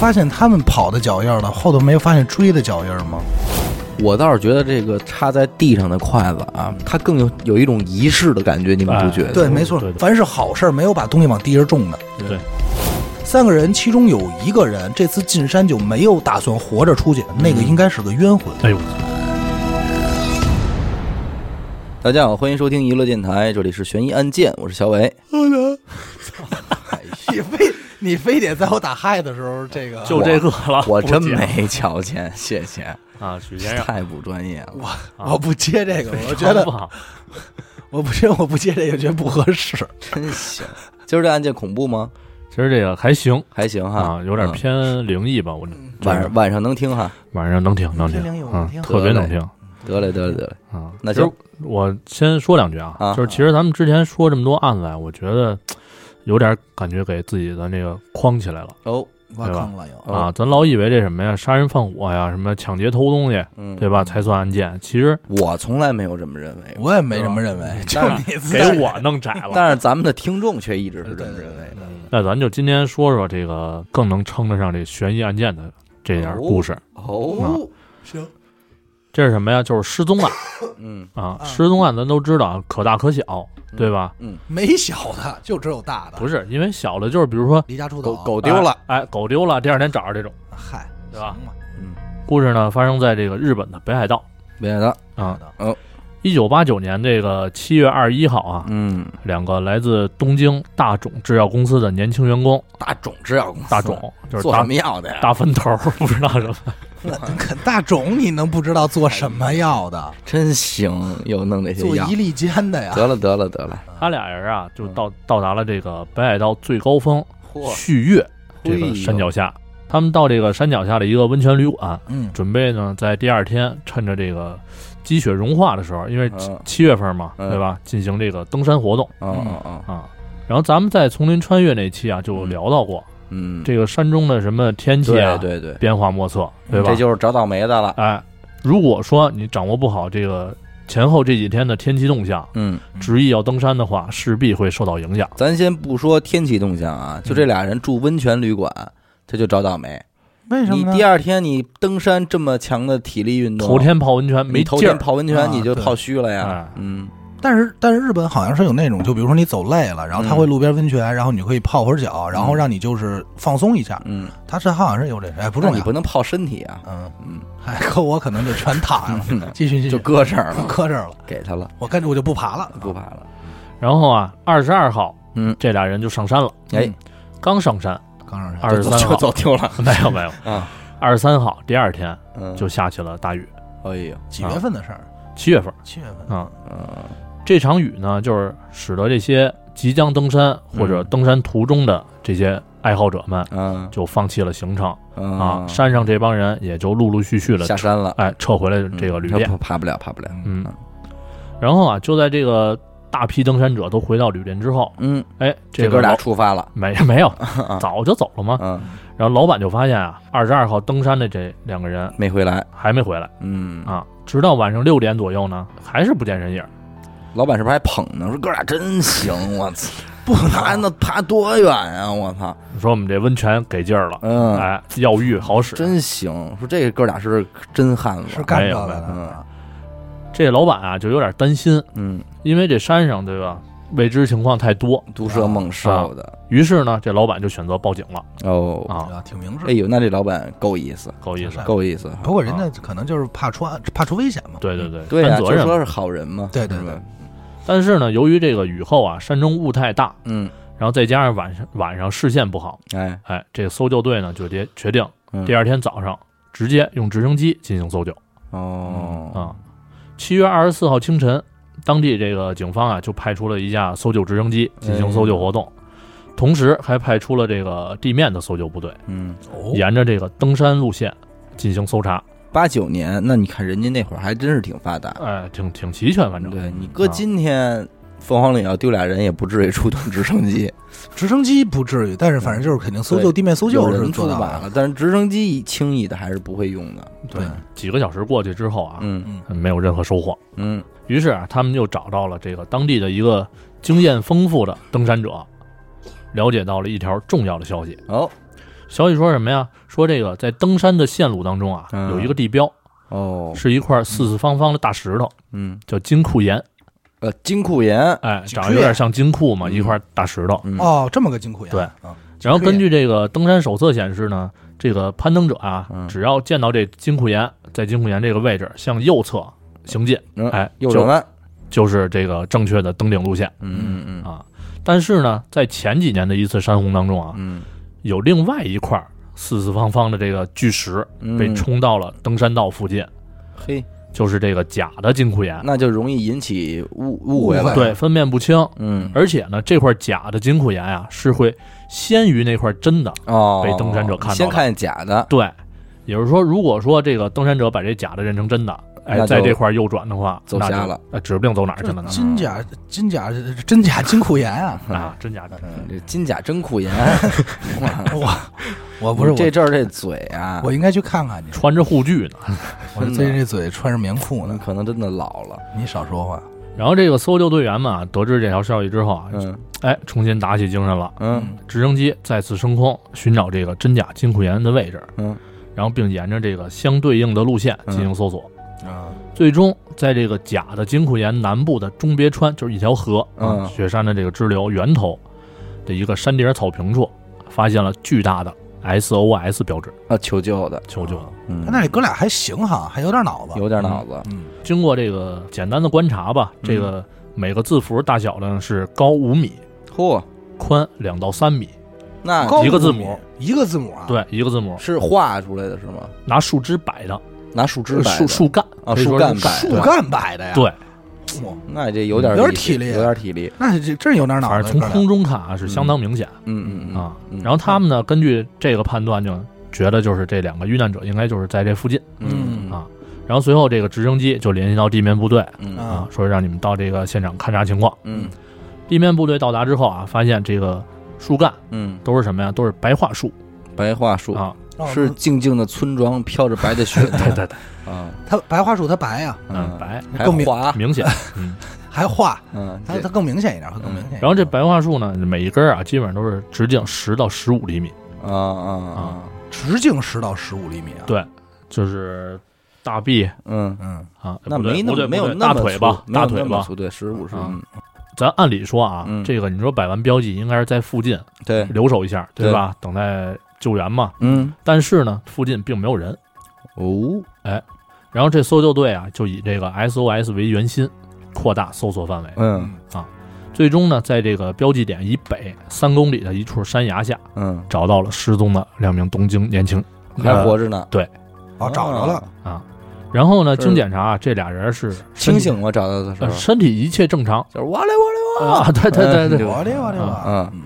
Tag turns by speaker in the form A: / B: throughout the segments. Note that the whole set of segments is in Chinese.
A: 发现他们跑的脚印儿了，后头没有发现追的脚印儿吗？
B: 我倒是觉得这个插在地上的筷子啊，它更有有一种仪式的感觉，你们不觉得？
A: 对，没错
C: 对，的
A: 凡是好事儿，没有把东西往地上种的。
C: 对，
A: 三个人其中有一个人这次进山就没有打算活着出去，那个应该是个冤魂。
C: 哎呦，
B: 大家好，欢迎收听娱乐电台，这里是悬疑案件，我是小伟。
A: 你非你非得在我打嗨的时候，这个
C: 就这个了，
B: 啊我真
C: 不接
B: 没瞧见，谢谢，
C: 啊，许先 生，
B: 太不专业了。
A: 我 我不接这 个，我觉
C: 好
A: 得
C: 不好，
A: 我不接我不接这个觉得不合适。
B: 真行。今儿这案件恐怖吗？
C: 其实这个还行
B: 还行哈，
C: 啊，有点
B: 嗯。
C: 偏灵异吧，我
B: 晚上晚上能听哈？
C: 晚上能听能听
A: 天灵有，能
C: 嗯
A: 听，
C: 特别能听
B: 得嘞得嘞得嘞，
C: 啊。
B: 那
C: 其实
B: 行
C: 我先说两句啊，
B: 啊
C: 就是其实咱们之前说这么多案子啊，我觉得有点感觉给自己的那个框起来了。
B: 哦，
A: 我
C: 对吧
A: 坑了又，
B: 哦
C: 啊，咱老以为这什么呀，杀人放火呀，什么抢劫偷东西，
B: 嗯，
C: 对吧，才算案件。其实
B: 我从来没有这么认为过，
A: 我也没这么认为，就
B: 但
A: 你自
C: 给
A: 己
C: 我弄窄了。
B: 但是咱们的听众却一直是这么认为的。
C: 那咱就今天说说这个更能称得上这悬疑案件的这点儿故事。
B: 哦，
A: 行，
C: 这是什么呀？就是失踪案
B: 嗯
C: 啊！
A: 啊
C: 失踪案咱都知道啊，可大可小，对吧？
A: 没小的，就只有大的，
C: 不是，因为小的就是比如说
A: 离家出
B: 狗
A: 走，
B: 狗丢了，
C: 哎，哎狗丢了，第二天找着这种。
A: 嗨，
C: 对吧
A: 行吧？
C: 故事呢，发生在这个日本的北海道
B: 别的，
C: 啊。
A: 的，
C: 一九八九年这个七月二十一号啊，
B: 嗯，
C: 两个来自东京大种制药公司的年轻员 工，
B: 大种制药公司，
C: 大种就是
B: 做什
C: 大
B: 么药的呀？
C: 大分头， 不知道什么。
A: 那可 大种你能不知道做什么药的？
B: 真行，又弄这些
A: 做
B: 药。
A: 一粒煎的呀？
B: 得了得了 得了，
C: 他俩人啊，就到到达了这个北海道最高峰
B: 嚯，
C: 旭月这
B: 哎
C: 个山
B: 哦
C: 脚下。他们到这个山脚下的一个温泉旅馆，
A: 嗯，
C: 准备呢在第二天趁着这个积雪融化的时候，因为七
B: 嗯
C: 七月份嘛，
B: 嗯
C: 对吧？进行这个登山活动
B: 哦哦哦，
C: 啊。然后咱们在丛林穿越那期啊，就聊到过
B: 嗯，
C: 这个山中的什么天气啊，
B: 对对对，
C: 变化莫测，对吧
B: 这？就是找倒霉的了。
C: 哎，如果说你掌握不好这个前后这几天的天气动向，
B: 嗯，
C: 执意要登山的话，势必会受到影响。
B: 咱先不说天气动向啊，
C: 嗯
B: 就这俩人住温泉旅馆，他就找倒霉。
A: 为
B: 你第二天你登山这么强的体力运动，
C: 头天泡温泉
B: 你
C: 没
B: 嗯头
C: 劲
B: 天
C: 儿，
B: 泡温泉
A: 啊
B: 你就
A: 对
B: 泡虚了呀
C: 哎。
B: 嗯，
A: 但是但是日本好像是有那种，就比如说你走累了，然后他
B: 嗯
A: 会路边温泉，然后你可以泡会儿脚，然后让你就是放松一下。
B: 嗯，
A: 他是好像是有这事，哎，不
B: 不
A: 重
B: 你
A: 要
B: 不。能泡身体啊，
A: 嗯
B: 嗯，
A: 哎，可我可能就全 躺下了，继续
C: 哎
A: 继续
B: 就搁这儿 了，
A: 搁这儿了，
B: 给他了，
A: 我干我就不爬了。
B: 不爬了。
C: 然后啊，二十二号，
B: 嗯，
C: 这俩人就上山了。
B: 哎，
C: 刚上山，
A: 刚上山，
C: 嗯二十
B: 就
C: 三
B: 就
C: 号
B: 走丢了
C: 没有没有，
B: 啊。
C: 二十三号第二天
B: 嗯，
C: 就下起了大雨，
B: 哎呦，
A: 几
C: 啊
A: 月份的事儿？
C: 七月份
A: 七月份。
C: 啊。
B: 嗯
C: 这场雨呢，就是使得这些即将登山或者登山途中的这些爱好者们
B: 嗯
C: 就放弃了行程
B: 嗯
C: 啊，山上这帮人也就陆陆续续的
B: 下山了，
C: 哎撤回了这个旅店
B: 嗯。爬不了，爬不了。
C: 嗯，然后啊，就在这个大批登山者都回到旅店之后，
B: 嗯，
C: 哎，
B: 这
C: 这
B: 哥
C: 个
B: 俩
C: 老啊
B: 出发了。
C: 没 没有，早就走了嘛。
B: 嗯，
C: 然后老板就发现啊，二十二号登山的这两个人
B: 没回来。
C: 还没回来
B: 嗯，
C: 啊，直到晚上六点左右呢，还是不见人影儿。
B: 老板是不是还捧呢？说哥俩真行，我 操，
A: 不
B: 爬
A: 能，
B: 那爬多远啊，我操，
C: 说我们这温泉给劲儿了，
B: 嗯，
C: 哎，药浴好使。
B: 真行。说这哥俩是真汉
A: 是
B: 子，
A: 干这个
C: 没有
A: 的
B: 没有
A: 啊。
C: 这老板啊就有点担心，
B: 嗯，
C: 因为这山上对吧，未知情况太多。
B: 毒蛇猛兽的。
C: 于是呢，这老板就选择报警了
B: 哦，
C: 啊，哎
A: 啊，挺明
B: 哎啊
A: 智。
B: 呦，那这老板够意思，
C: 够意思
A: 是。
B: 够意思哈。
C: 哦
A: 不过人家可能就是怕出安怕出危险嘛。
C: 对对对，
B: 嗯对呀，
C: 担责
B: 就
C: 任
B: 说是
C: 嘛。
B: 好人嘛。
A: 对对
B: 是吧，
C: 但是呢，由于这个雨后啊，山中雾太大，
B: 嗯，
C: 然后再加上晚上晚上视线不好，
B: 哎，
C: 哎，这个搜救队呢就决决定
B: 嗯
C: 第二天早上直接用直升机进行搜救。
B: 哦，
C: 啊，七月二十四号清晨，当地这个警方啊就派出了一架搜救直升机进
B: 哎
C: 行搜救活动，同时还派出了这个地面的搜救部队，
B: 嗯，
A: 哦
C: 沿着这个登山路线进行搜查。
B: 八九年，那你看人家那会儿还真是挺发达的。
C: 哎，挺挺齐全，反正
B: 对你搁
C: 啊
B: 今天，凤凰岭要丢俩人也不至于出动直升 机，
A: 直升机不至于，但是反正就是肯定搜救
B: 对
A: 地面搜救
B: 有
A: 是
B: 人
A: 做
B: 出
A: 到
B: 马
A: 的。
B: 了，但是直升机轻易的还是不会用的。
A: 对，
C: 几个小时过去之后啊，
B: 嗯
C: 没有任何收获。
B: 嗯，
C: 于是啊，他们又找到了这个当地的一个经验丰富的登山者，了解到了一条重要的消息，
B: 哦，
C: 消息说什么呀？说这个在登山的线路当中啊，
B: 嗯
C: 有一个地标，
B: 哦，
C: 是一块四四方方的大石头，
B: 嗯，
C: 叫金库岩。
B: 呃，金库岩，
C: 哎，长得有点像金库嘛，一块大石头。
B: 嗯，
A: 哦，这么个金库岩。
C: 对
A: 嗯，
C: 然后根据这个登山手册显示呢，这个攀登者啊
B: 嗯，
C: 只要见到这金库岩，在金库岩这个位置向右侧行进，
B: 嗯
C: 哎，
B: 右
C: 就
B: 转弯，
C: 就是这个正确的登顶路线
B: 嗯嗯嗯
C: 啊。但是呢，在前几年的一次山洪当中啊，
B: 嗯
C: 有另外一块四四方方的这个巨石
B: 嗯，
C: 被冲到了登山道附近，
B: 嘿，
C: 就是这个假的金库岩，
B: 那就容易引起误误会
A: 误
B: 了，
A: 会
C: 对，分辨不清。
B: 嗯，
C: 而且呢，这块假的金库岩啊，是会先于那块真的。
B: 哦，
C: 被登山者看到了
B: 先看见假的，
C: 对，也就是说，如果说这个登山者把这假的认成真的，
B: 那
C: 哎，
B: 就
C: 在这块右转的话，
B: 走
C: 那
B: 瞎
C: 就
B: 了，
C: 那指不定走哪儿去了呢
A: 这。金甲金甲真假 金库岩啊！
C: 啊，真假的，
B: 这金甲真库 岩，
A: 我我不是
B: 这
A: 我，
B: 阵儿这嘴啊，
A: 我应该去看看去。
C: 穿着护具呢。
A: 我这最近这嘴穿着棉裤
B: 我
A: 呢，
B: 可能真的老了，
A: 你少说话。
C: 然后这个搜救队员们啊，得知这条消息之后啊，
B: 嗯
C: 哎，重新打起精神了。
B: 嗯
C: 直升机再次升空，寻找这个真假金库岩的位置，
B: 嗯，
C: 然后并沿着这个相对应的路线进行搜索。
B: 嗯
A: 啊，
C: 最终，在这个假的金库岩南部的中别川，就是一条河，啊
B: 嗯
C: 雪山的这个支流源头的一个山顶草坪处，发现了巨大的 SOS 标志，
B: 啊，求救的，
C: 求救。
B: 嗯，
A: 那这哥俩还行哈，还有点脑子。
B: 有点脑子，
A: 嗯，
C: 经过这个简单的观察吧，
B: 嗯
C: 这个每个字符大小呢是高五米，
B: 嚯，
C: 宽两到三米，
B: 那
A: 高
C: 一个字
A: 母
C: 母，
A: 一个字母啊。，
C: 对，一个字母，
B: 是画出来的是吗？
C: 拿树枝摆的，
B: 拿树枝摆的
C: 树树干
B: 啊，
C: 可以
B: 树
C: 说
B: 干
C: 是
B: 摆
A: 树
B: 的，
A: 干摆的呀。
C: 对，
A: 哇，
B: 那这有点
A: 有点
B: 力气
A: 体力
B: 有点体力，
A: 那这真有点脑
C: 反
A: 子。
C: 正从
A: 哥俩
C: 空中看啊是相当明显
B: 嗯嗯嗯
C: 啊。然后他们呢，根据这个判断就觉得就是这两个遇难者应该就是在这附近。
B: 嗯
C: 啊然后随后这个直升机就联系到地面部队
B: 嗯
A: 啊
C: 啊，说让你们到这个现场勘察情况。
B: 嗯
C: 地面部队到达之后啊，发现这个树干
B: 嗯，
C: 都是什么呀？都是白桦树
B: 白桦树
C: 啊。
A: 哦
B: 是静静的村庄，飘着白的雪
C: 对对对，
B: 啊，
A: 它白桦树，它白呀，
C: 嗯，白
B: 还
A: 更明
B: 滑，
C: 明显。嗯，
A: 还画，
B: 嗯，
A: 它
B: 这
A: 它更明显一点，它更明显一点。
C: 然后这白桦树呢，每一根儿啊，基本上都是直径十到十五厘米，
B: 啊啊
A: 直径十到十五厘米啊。
C: 对就是大臂
B: 啊，嗯，
A: 嗯，
C: 啊，
B: 那
C: 不对
B: 没那
C: 不对
B: 么没有
C: 不对
B: 那
C: 大
B: 么
C: 腿
B: 粗
C: 吧，
B: 没有
C: 大
B: 那
C: 腿
B: 么
C: 吧。
B: 粗，对，十五是，
C: 啊
B: 嗯
C: 咱按理说啊，
B: 嗯
C: 这个你说摆完标记，应该是在附近
B: 对，
C: 留守一下，
B: 对
C: 吧？等待救援嘛。
B: 嗯，
C: 但是呢，附近并没有人。
B: 哦，
C: 然后这搜救队啊，就以这个 SOS 为圆心，扩大搜索范围。
B: 嗯
C: 最终呢，在这个标记点以北三公里的一处山崖下，
B: 嗯，
A: 哦
C: 找到了失踪的两名东京年轻。呃啊
B: 还活着呢，
A: 哦，找着
B: 啊
A: 了，
C: 然后呢，
B: 是
C: 经检查啊，这俩人是
B: 清
C: 身体，
B: 醒吗？找到的时
C: 呃
B: 候，
C: 身体一切正常
B: 就是哇嘞哇嘞哇，
C: 啊，对对对
B: 嗯
C: 对。
A: 我的我的我的
B: 啊，
A: 嗯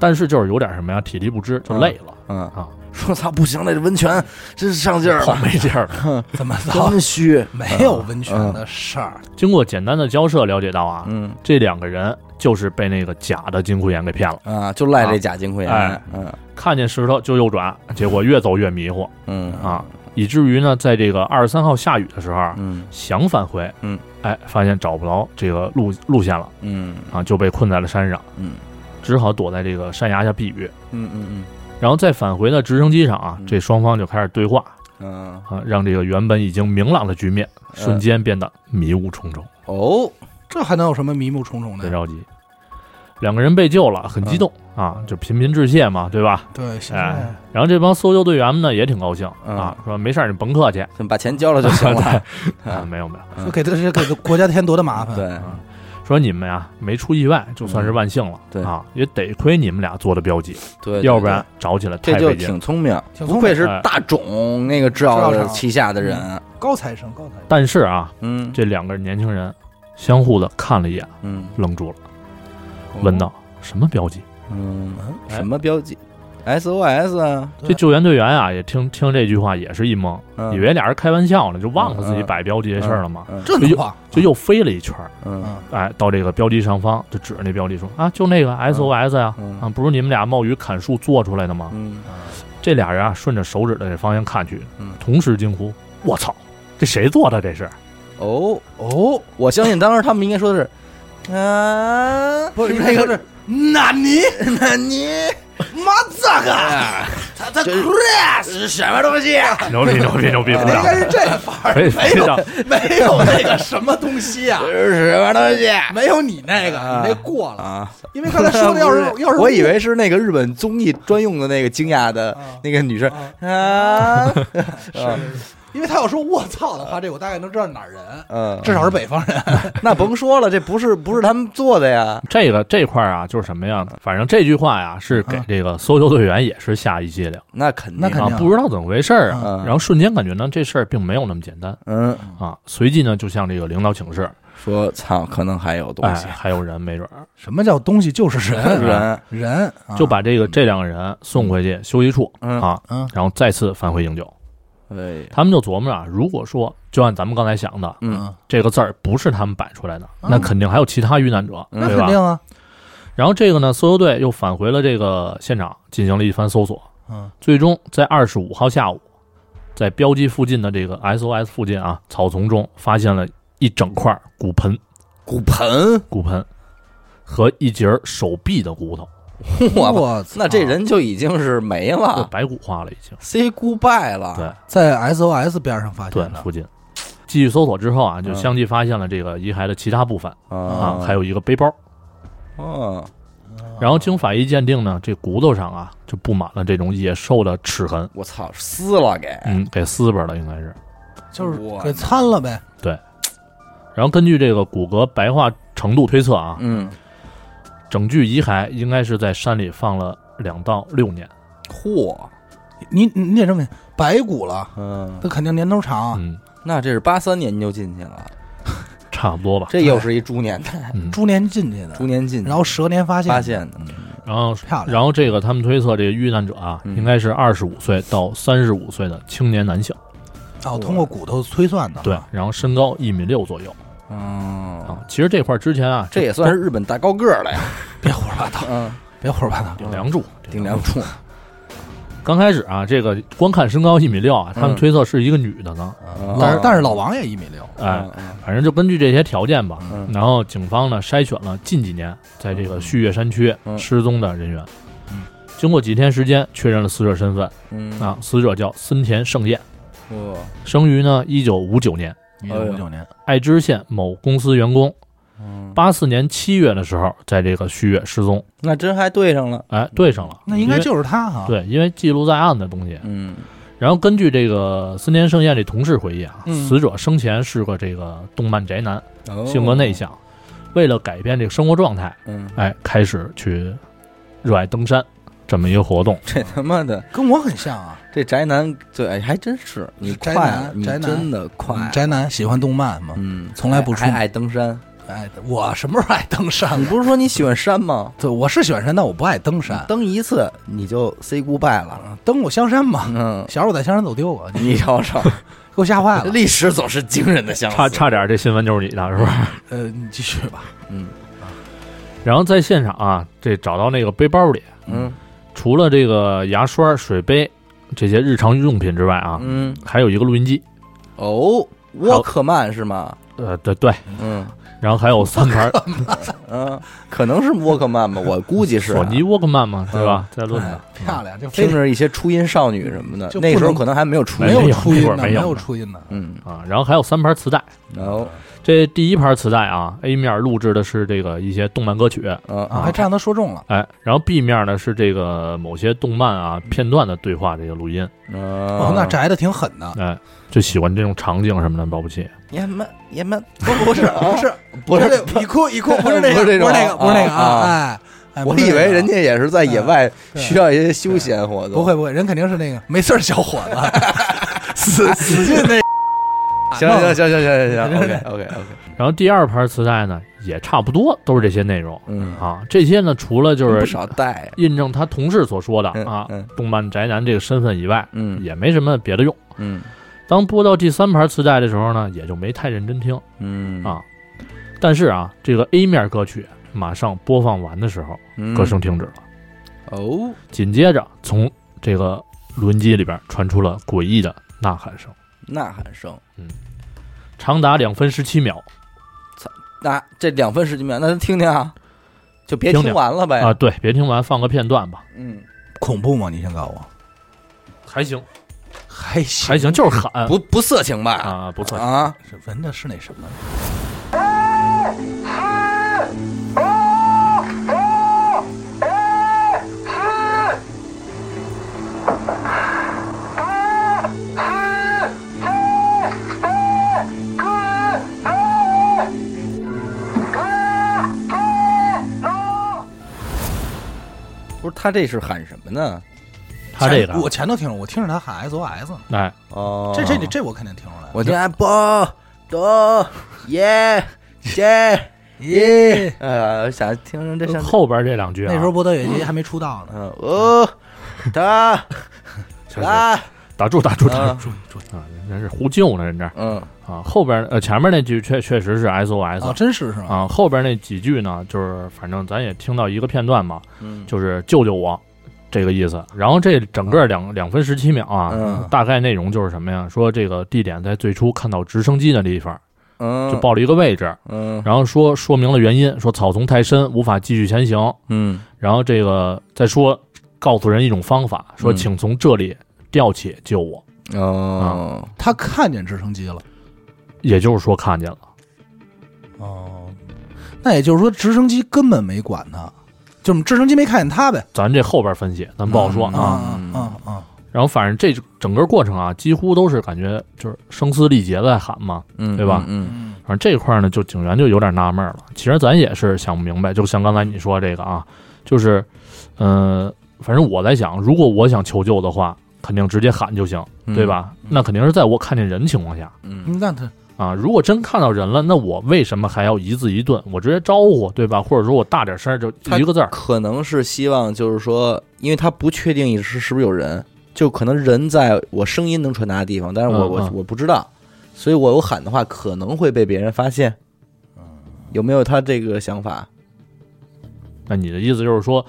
C: 但是就是有点什么呀，体力不支，就累了，
B: 嗯
C: 啊，
B: 说操不行了，这温泉真上劲儿
C: 跑
B: 了，
C: 没劲儿了。
A: 怎么着？
B: 真虚，
A: 没有温泉的事儿，
C: 经过简单的交涉了解到啊，
B: 嗯
C: 这两个人就是被那个假的金库岩给骗了，
B: 啊，就赖这假金盔
C: 哎
B: 岩，嗯
C: 看见石头就右转，结果越走越迷糊
B: 嗯
C: 啊，以至于呢，在这个二十三号下雨的时候啊，
B: 嗯
C: 想返回，
B: 嗯，
C: 哎，发现找不着这个路路线了
B: 嗯
C: 啊，就被困在了山上，
B: 嗯
C: 只好躲在这个山崖下避雨。
B: 嗯嗯
C: 然后再返回的直升机上啊
B: 嗯，
C: 这双方就开始对话
B: 嗯嗯，
C: 啊，让这个原本已经明朗的局面
B: 呃
C: 瞬间变得迷雾重重，
B: 哦，
A: 这还能有什么迷目重重
C: 别
A: 的？
C: 着急。两个人被救了，很激动
B: 嗯
C: 啊，就频频致谢嘛，对吧？
A: 对，行
C: 哎，然后这帮搜救队员们呢也挺高兴
B: 嗯
C: 啊，说没事儿，你甭客气
B: 就把钱交了就 行了，
C: 啊，
B: 嗯
C: 没有没有，
A: 说给他这给国家添多大麻烦？
B: 对，
C: 啊说你们呀没出意外就算是万幸了，
B: 嗯对
C: 啊，也得亏你们俩做的标记，
B: 对对，
C: 要不然找起来
B: 对
C: 太
B: 这就
C: 费劲。
B: 挺聪明，
A: 挺聪
B: 不
A: 明
B: 愧是大种那个制药
A: 制药
B: 的
A: 厂
B: 旗下的人，
A: 高材生，高材生。
C: 但是啊，
B: 嗯
C: 这两个年轻人相互的看了一眼，
B: 嗯，
C: 愣住了，问道：“什么标记？”
B: 嗯
A: 嗯
C: 哎
B: 什么标记，SOS 啊，
A: 对
C: 这救援队员啊，也听听这句话也是一懵，
B: 嗯
C: 以为俩人开玩笑呢，就忘了自己
B: 嗯
C: 摆标记这事儿了嘛，
B: 嗯
A: 这能忘？
C: 就又飞了一圈儿，
B: 嗯
A: 嗯，
C: 哎，到这个标记上方，就指着那标记说：“啊，就那个 SOS 呀、
B: 嗯
C: 啊，不是你们俩冒雨砍树做出来的吗？”
B: 嗯
C: 这俩人啊，顺着手指的这方向看去
B: 嗯，
C: 同时惊呼：“我操，这谁做的？这是
B: 哦，
A: 哦，
B: 我相信当时他们应该说的是，啊，
A: 不是
B: 应该啊
A: 那
B: 说
A: 个是纳尼
B: 那你哎
A: 马扎嘎，他他 crash 是什么东西？
C: 牛逼牛逼牛逼！鼓
A: 应该
C: 掌！
A: 是这法儿，
C: 可以
A: 没
C: 非
A: 有
C: 常
A: 没有那个什么东西 啊，
B: 是什么东西
A: 没有你那个，
B: 啊
A: 你那过了。
B: 啊？
A: 因啊为刚才说的要
B: 不
A: 是要是
B: 我以为是那个日本综艺专用的那个惊讶的
A: 啊
B: 那个女生
A: 啊
B: 啊，
A: 因为他要说我操的话，这我大概能知道哪儿人，
B: 嗯，
A: 至少是北方 人。
B: 那甭说了，这不是不是他们做的呀，
C: 这个这块儿啊，就是什么呀？反正这句话呀，是给这个搜救队员也是下一剂量
B: 那肯定
A: 那肯
C: 啊
A: 定，
C: 不知道怎么回事儿啊。
B: 嗯
C: 然后瞬间感觉呢，这事儿并没有那么简单
B: 嗯，
C: 啊。随即呢，就向这个领导请示，
B: 说操，可能还有东
C: 哎，
B: 西，
C: 还有人没准儿
A: 什么叫东西就是人
B: 人，
A: 人啊
C: 就把这个这两个人送回去休息处
B: 嗯
C: 啊
A: 嗯，
C: 然后再次返回营救。
B: 哎，
C: 他们就琢磨啊，如果说就按咱们刚才想的，
B: 嗯，
C: 这个字儿不是他们摆出来的，
A: 嗯
C: 那肯定还有其他遇难者，
A: 那
C: 对
A: 肯
C: 吧
A: 定？啊，
C: 然后这个呢，搜救队又返回了这个现场，进行了一番搜索，
A: 嗯
C: 最终在二十五号下午，在标记附近的这个 SOS 附近啊，草丛中发现了一整块骨盆，
B: 骨 盆，
C: 骨盆和一截儿手臂的骨头，
B: 我
A: 我操
B: 那这人就已经是没
C: 就
B: 了
C: 白骨化了已经。
B: ，say goodbye
A: 啊
B: 了，
C: 对
A: 在 SOS 边上发
C: 对
A: 现，的，
C: 附近。继续搜索之后啊，就
B: 嗯
C: 相继发现了这个遗骸的其他部分啊
B: 啊，，
C: 还有一个背包。
B: 嗯，
C: 然后经法医鉴定呢，这骨头上啊就布满了这种野兽的齿痕，
B: 我操，撕了给，
C: 嗯，给撕巴了应该是。
A: 就是
B: 我
A: 给参了呗。
C: 然后根据这个骨骼白化程度推测啊，
B: 嗯，
C: 整具遗骸应该是在山里放了两到六年。
B: 嚯，
A: 你你你也认为白骨了，
B: 嗯，
A: 他肯定年头长啊，
C: 嗯，
B: 那这是八三年就进去了，
C: 差不多吧。
B: 这又是一猪年 代，
C: 嗯，
A: 猪年进去的
B: 猪，年进去，
A: 然后蛇年发现，
B: 发现的，
C: 然后
A: 漂亮
C: 然后这个他们推测这个遇难者啊，
B: 嗯
C: 应该是二十五岁到三十五岁的青年男性，
A: 哦，通过骨头推算
B: 啊
A: 的，
C: 对，然后身高一米六左右
B: 嗯，
C: 啊。其实这块儿之前啊，
B: 这也算是日本大高个儿了呀，
A: 别胡说八 道，
B: 嗯，
A: 别胡说八道，
C: 顶梁柱，
B: 顶梁柱，
C: 刚开始啊，这个光看身高一米六啊，他们推测是一个女的呢。
B: 嗯
A: 老但是老王也一米六，
C: 哎，
B: 嗯
C: 反正就根据这些条件吧。
B: 嗯
C: 然后警方呢筛选了近几年在这个旭月山区
B: 嗯
C: 失踪的人员
A: 嗯。
C: 经过几天时间，确认了死者身份
B: 嗯，
C: 啊，死者叫森田胜彦，
B: 我，
C: 生于呢一九五九年，
A: 一九五九年，
C: 爱知县某公司员工。
B: 嗯，
C: 八四年七月的时候，在这个旭月失踪。
B: 那真还对上了，
C: 哎，对上了，
A: 那应该
C: 因为
A: 就是他哈，
C: 对，因为记录在案的东西。
B: 嗯，
C: 然后根据这个森田胜彦这同事回忆啊，
A: 嗯
C: 死者生前是个这个动漫宅男，
B: 哦
C: 性格内，向，为了改变这个生活状态，
B: 嗯，
C: 哎，开始去热爱登山这么一个活动。
B: 这他妈的，
A: 跟我很像啊，
B: 这宅男，对，哎还真是你
A: 宅
B: 快啊
A: 男
B: 了，你
A: 宅男
B: 真的快啊了，
A: 嗯宅男喜欢动漫嘛，
B: 嗯，
A: 从来不出
B: 还
A: 门
B: 还爱登山，
A: 哎，我什么时候爱登山
B: 你
A: 了？
B: 不是说你喜欢山吗？
A: 对，我是喜啊欢山，但我不爱登山，
B: 登一次你就 say goodbye 了，
A: 登过香山嘛，
B: 嗯，
A: 小时候我在香山走丢过，你
B: 你瞅瞅，
A: 给我吓坏了。
B: 历史总是惊人的相似，
C: 差差点，这新闻就是你的，是 吧？
A: 呃，你继续吧。
B: 嗯
C: 然后在现场啊，这找到那个背包里，
B: 嗯
C: 除了这个牙刷、水杯这些日常用品之外啊，
B: 嗯，
C: 还有一个录音机，
B: 哦，沃克曼是吗？
C: 呃，对对，
B: 嗯
C: 然后还有 三盘
B: 嗯，可能是沃克曼吧，我估计是啊
C: 索尼沃克曼嘛，对吧？在论坛
A: 哎，漂亮，就非
B: 听着一些初音少女什么的
A: 就，不
B: 那
A: 能
B: 时候可能还没有出
A: 没
C: 哎
A: 有
C: 没有
A: 初音
C: 那会
A: 的，
C: 儿
A: 没
C: 没有
A: 有
C: 呢
A: 初音的。
B: 嗯，
C: 啊，然后还有三盘磁带。
B: 然后
C: 这第一盘磁带啊，A 面录制的是这个一些动漫歌曲，
B: 嗯
A: 啊，还真让他说中了。
C: 哎，然后 B 面呢是这个某些动漫啊片段的对话这个录音，
A: 哦
B: 哦，
A: 那宅的挺狠 的。
C: 哎，就喜欢这种场景什么的，保不齐。
B: 也没也没
A: 不不是不是
B: 不是，
A: 这一哭一哭不是
B: 不是这
A: 这个
B: 种
A: 不是那个不
B: 啊
A: 是那个
B: 啊
A: 哎哎，
B: 我
A: 不是
B: 以
A: 那个
B: 为人家也是在野外
A: 嗯
B: 需要一些休闲活动，。
A: 不会不会，人肯定是那个没事儿小伙子，死死劲那
B: 行行行行行行行
A: 对 对
B: ，OK OK OK，
C: 然后第二盘磁带呢也差不多都是这些内容
B: 嗯，
C: 啊，这些呢除了就
B: 不
C: 是
B: 少带
C: 印证他同事所说的
B: 嗯
C: 啊
B: 嗯
C: 动漫宅男这个身份以外，
B: 嗯
C: 也没什么别的用。
B: 嗯
C: 当播到第三盘磁带的时候呢，也就没太认真听
B: 嗯
C: 啊。但是啊，这个 A 面歌曲马上播放完的时候，
B: 嗯
C: 歌声停止了。
B: 哦，
C: 紧接着从这个录音机里边传出了诡异的呐喊声，
B: 呐喊声，
C: 长达两分十七秒
B: 那这两分十几秒，那咱听听啊，就别
C: 听听
B: 完了呗哎
C: 啊啊、，对，别听完，放个片段吧。
B: 嗯，
A: 恐怖吗？你先告诉我。
C: 还行，
A: 还行，
C: 还行，就是喊
B: 不不色情吧？
C: 啊，不错，
B: 啊，
A: 这闻的是那什么？
B: 不是他这是喊什么呢？
C: 他这个啊
A: 前我前头听着，我听着他喊 SOS 呢，
C: 哎，
B: 哦
A: 这这这我肯定听出来了。
B: 我就爱波多耶耶耶，呃，想听听这上
C: 后边这两句啊，
A: 那时候波德野结衣还没出道呢，
B: 嗯哦哒
C: 行行
B: 啦，
C: 打住打住打
B: 啊
C: 住啊，人是呼救呢，人这儿
B: 嗯
C: 啊，后边呃前面那句确确实是 SOS
A: 哦，真是是吗？
C: 啊，后边那几句呢，就是反正咱也听到一个片段嘛，
B: 嗯
C: 就是救救我这个意思。然后这整个两两分十七秒啊，
B: 嗯
C: 大概内容就是什么呀？说这个地点在最初看到直升机的地方，
B: 嗯，
C: 就报了一个位置，
B: 嗯
C: 然后说说明了原因，说草丛太深无法继续前行，
B: 嗯
C: 然后这个再说告诉人一种方法，说
B: 嗯
C: 请从这里吊起救我，啊
B: 哦
A: 他看见直升机了。
C: 也就是说看见了。
A: 哦，那也就是说直升机根本没管他，就是直升机没看见他呗。
C: 咱这后边分析，咱不好说
B: 嗯
C: 啊。
A: 啊啊啊！
C: 然后反正这整个过程啊，几乎都是感觉就是声嘶力竭在喊嘛。
B: 嗯，
C: 对吧
B: 嗯
A: 嗯，
C: 反正这块儿呢，就警员就有点纳闷了。其实咱也是想不明白，就像刚才你说这个啊，就是，嗯、反正我在想，如果我想求救的话，肯定直接喊就行，
B: 嗯
C: 对？吧？
A: 嗯
C: 那肯定是在我看见人情况下
B: 嗯
A: 那他
C: 啊。如果真看到人了，那我为什么还要一字一顿？我直接招呼，对吧？或者说我大点声儿，就
B: 他
C: 一个字儿。
B: 可能是希望就是说，因为他不确定你是是不是有人，就可能人在我声音能传达的地方，但是我、
C: 嗯
B: 我
C: 嗯
B: 我不知道，所以我有喊的话可能会被别人发现。
C: 嗯
B: 有没有他这个想法？
C: 那你的意思就是说，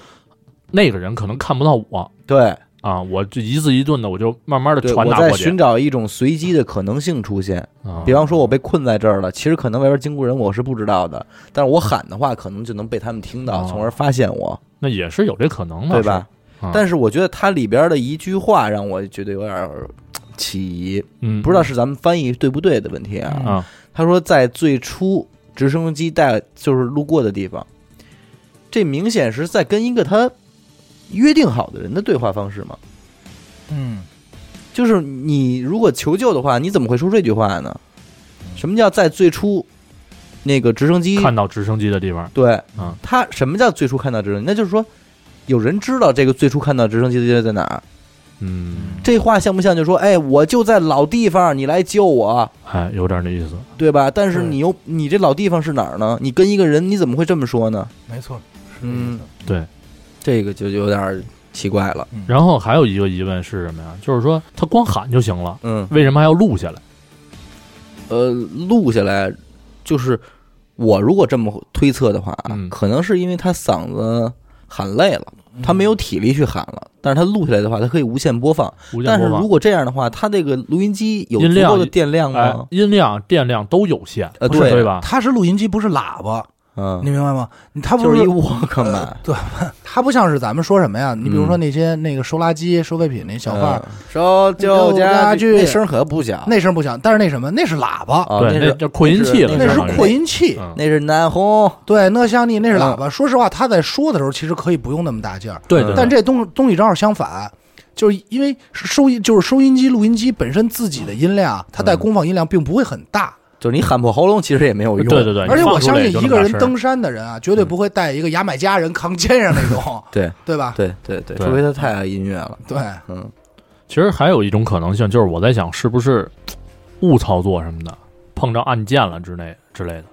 C: 那个人可能看不到我
B: 对，
C: 啊，我就一字一顿的，我就慢慢的
B: 对，
C: 传
B: 我
C: 达
B: 在
C: 过去
B: 寻。找一种随机的可能性出现。
C: 啊
B: 比方说，我被困在这儿了，其实可能外边经过人，我是不知道的，但是我喊的话，可能就能被他们听到，
C: 哦
B: 从而发现我，
C: 那也是有这可能的，
B: 对吧？
C: 是？啊
B: 但
C: 是，
B: 是我觉得它里边的一句话让我觉得有点儿呃起疑，
C: 嗯，
B: 不知道是咱们翻译对不对的问题啊。
A: 嗯
C: 啊，
B: 他说在最初直升机带就是路过的地方，这明显是在跟一个他约定好的人的对话方式嘛。
A: 嗯，
B: 就是你如果求救的话，你怎么会说这句话呢？什么叫在最初那个直升机？
C: 看到直升机的地方，
B: 对
C: 嗯，
B: 他什么叫最初看到直升机？那就是说有人知道这个最初看到直升机的地方在哪儿。
C: 嗯，
B: 这话像不像就说，哎，我就在老地方，你来救我，
C: 哎，有点那意思。
B: 对吧？但是
A: 对
B: 你又你这老地方是哪儿呢？你跟一个人，你怎么会这么说呢？
A: 没错，是这意
B: 嗯
A: 思。
B: 这个就有点奇怪了。
C: 然后还有一个疑问是什么呀？就是说他光喊就行了，
B: 嗯，
C: 为什么还要录下来？
B: 呃，录下来就是我如果这么推测的话啊，
C: 嗯
B: 可能是因为他嗓子喊累了，
A: 嗯
B: 他没有体力去喊了。但是他录下来的话，他可以无限播放。
C: 无线
B: 但是
C: 播
B: 如
C: 放，
B: 果这样的话，他这个录音机有
C: 音
B: 足
C: 量
B: 够的电量
C: 哎
B: 吗，？
C: 音量、电量都有限，
B: 呃，
A: 不是
B: 对，
C: 对？吧？
A: 他是录音机，不是喇叭，
B: 嗯
A: 你，明白吗？你他不
B: 就是是一 Walkman
A: 呃。对，他不像是咱们说什么呀？你比如说那些那个收垃圾、收废品那小贩儿，
C: 呃
B: 嗯收旧家具，
A: 旧家具
B: 那声可不小，
A: 那声不响，但是那什么，那是喇叭，
B: 哦
C: 对，
B: 那
C: 啊那
B: 是
C: 叫扩音器了，
A: 那是
C: 相当于
A: 扩。音器。
C: 嗯
B: 那是南红，
A: 对，那像你那是喇
B: 嗯
A: 叭。说实话，他在说的时候，其实可以不用那么大劲儿。
C: 对对，
A: 但
C: 对
A: 这东东西正好相反，就是因为收音就是收音机、录音机本身自己的音量，它
C: 嗯
A: 带功放音量并不会很大，
B: 就是你喊破喉咙其实也没有用，
C: 对对对，
A: 而且
C: 你
A: 我
C: 放出
A: 相
C: 来
A: 信
C: 也就
A: 一
C: 那
A: 个
C: 么大
A: 人
C: 声儿
A: 登山的人啊，绝对不会带一个牙买加人扛肩上那
C: 嗯
A: 种，
B: 对
A: 对吧？
B: 对对对，
C: 对
B: 除非他太爱音乐了，
A: 对，
B: 嗯，
C: 其实还有一种可能性，就是我在想是不是误操作什么的，碰着按键了之类之类的。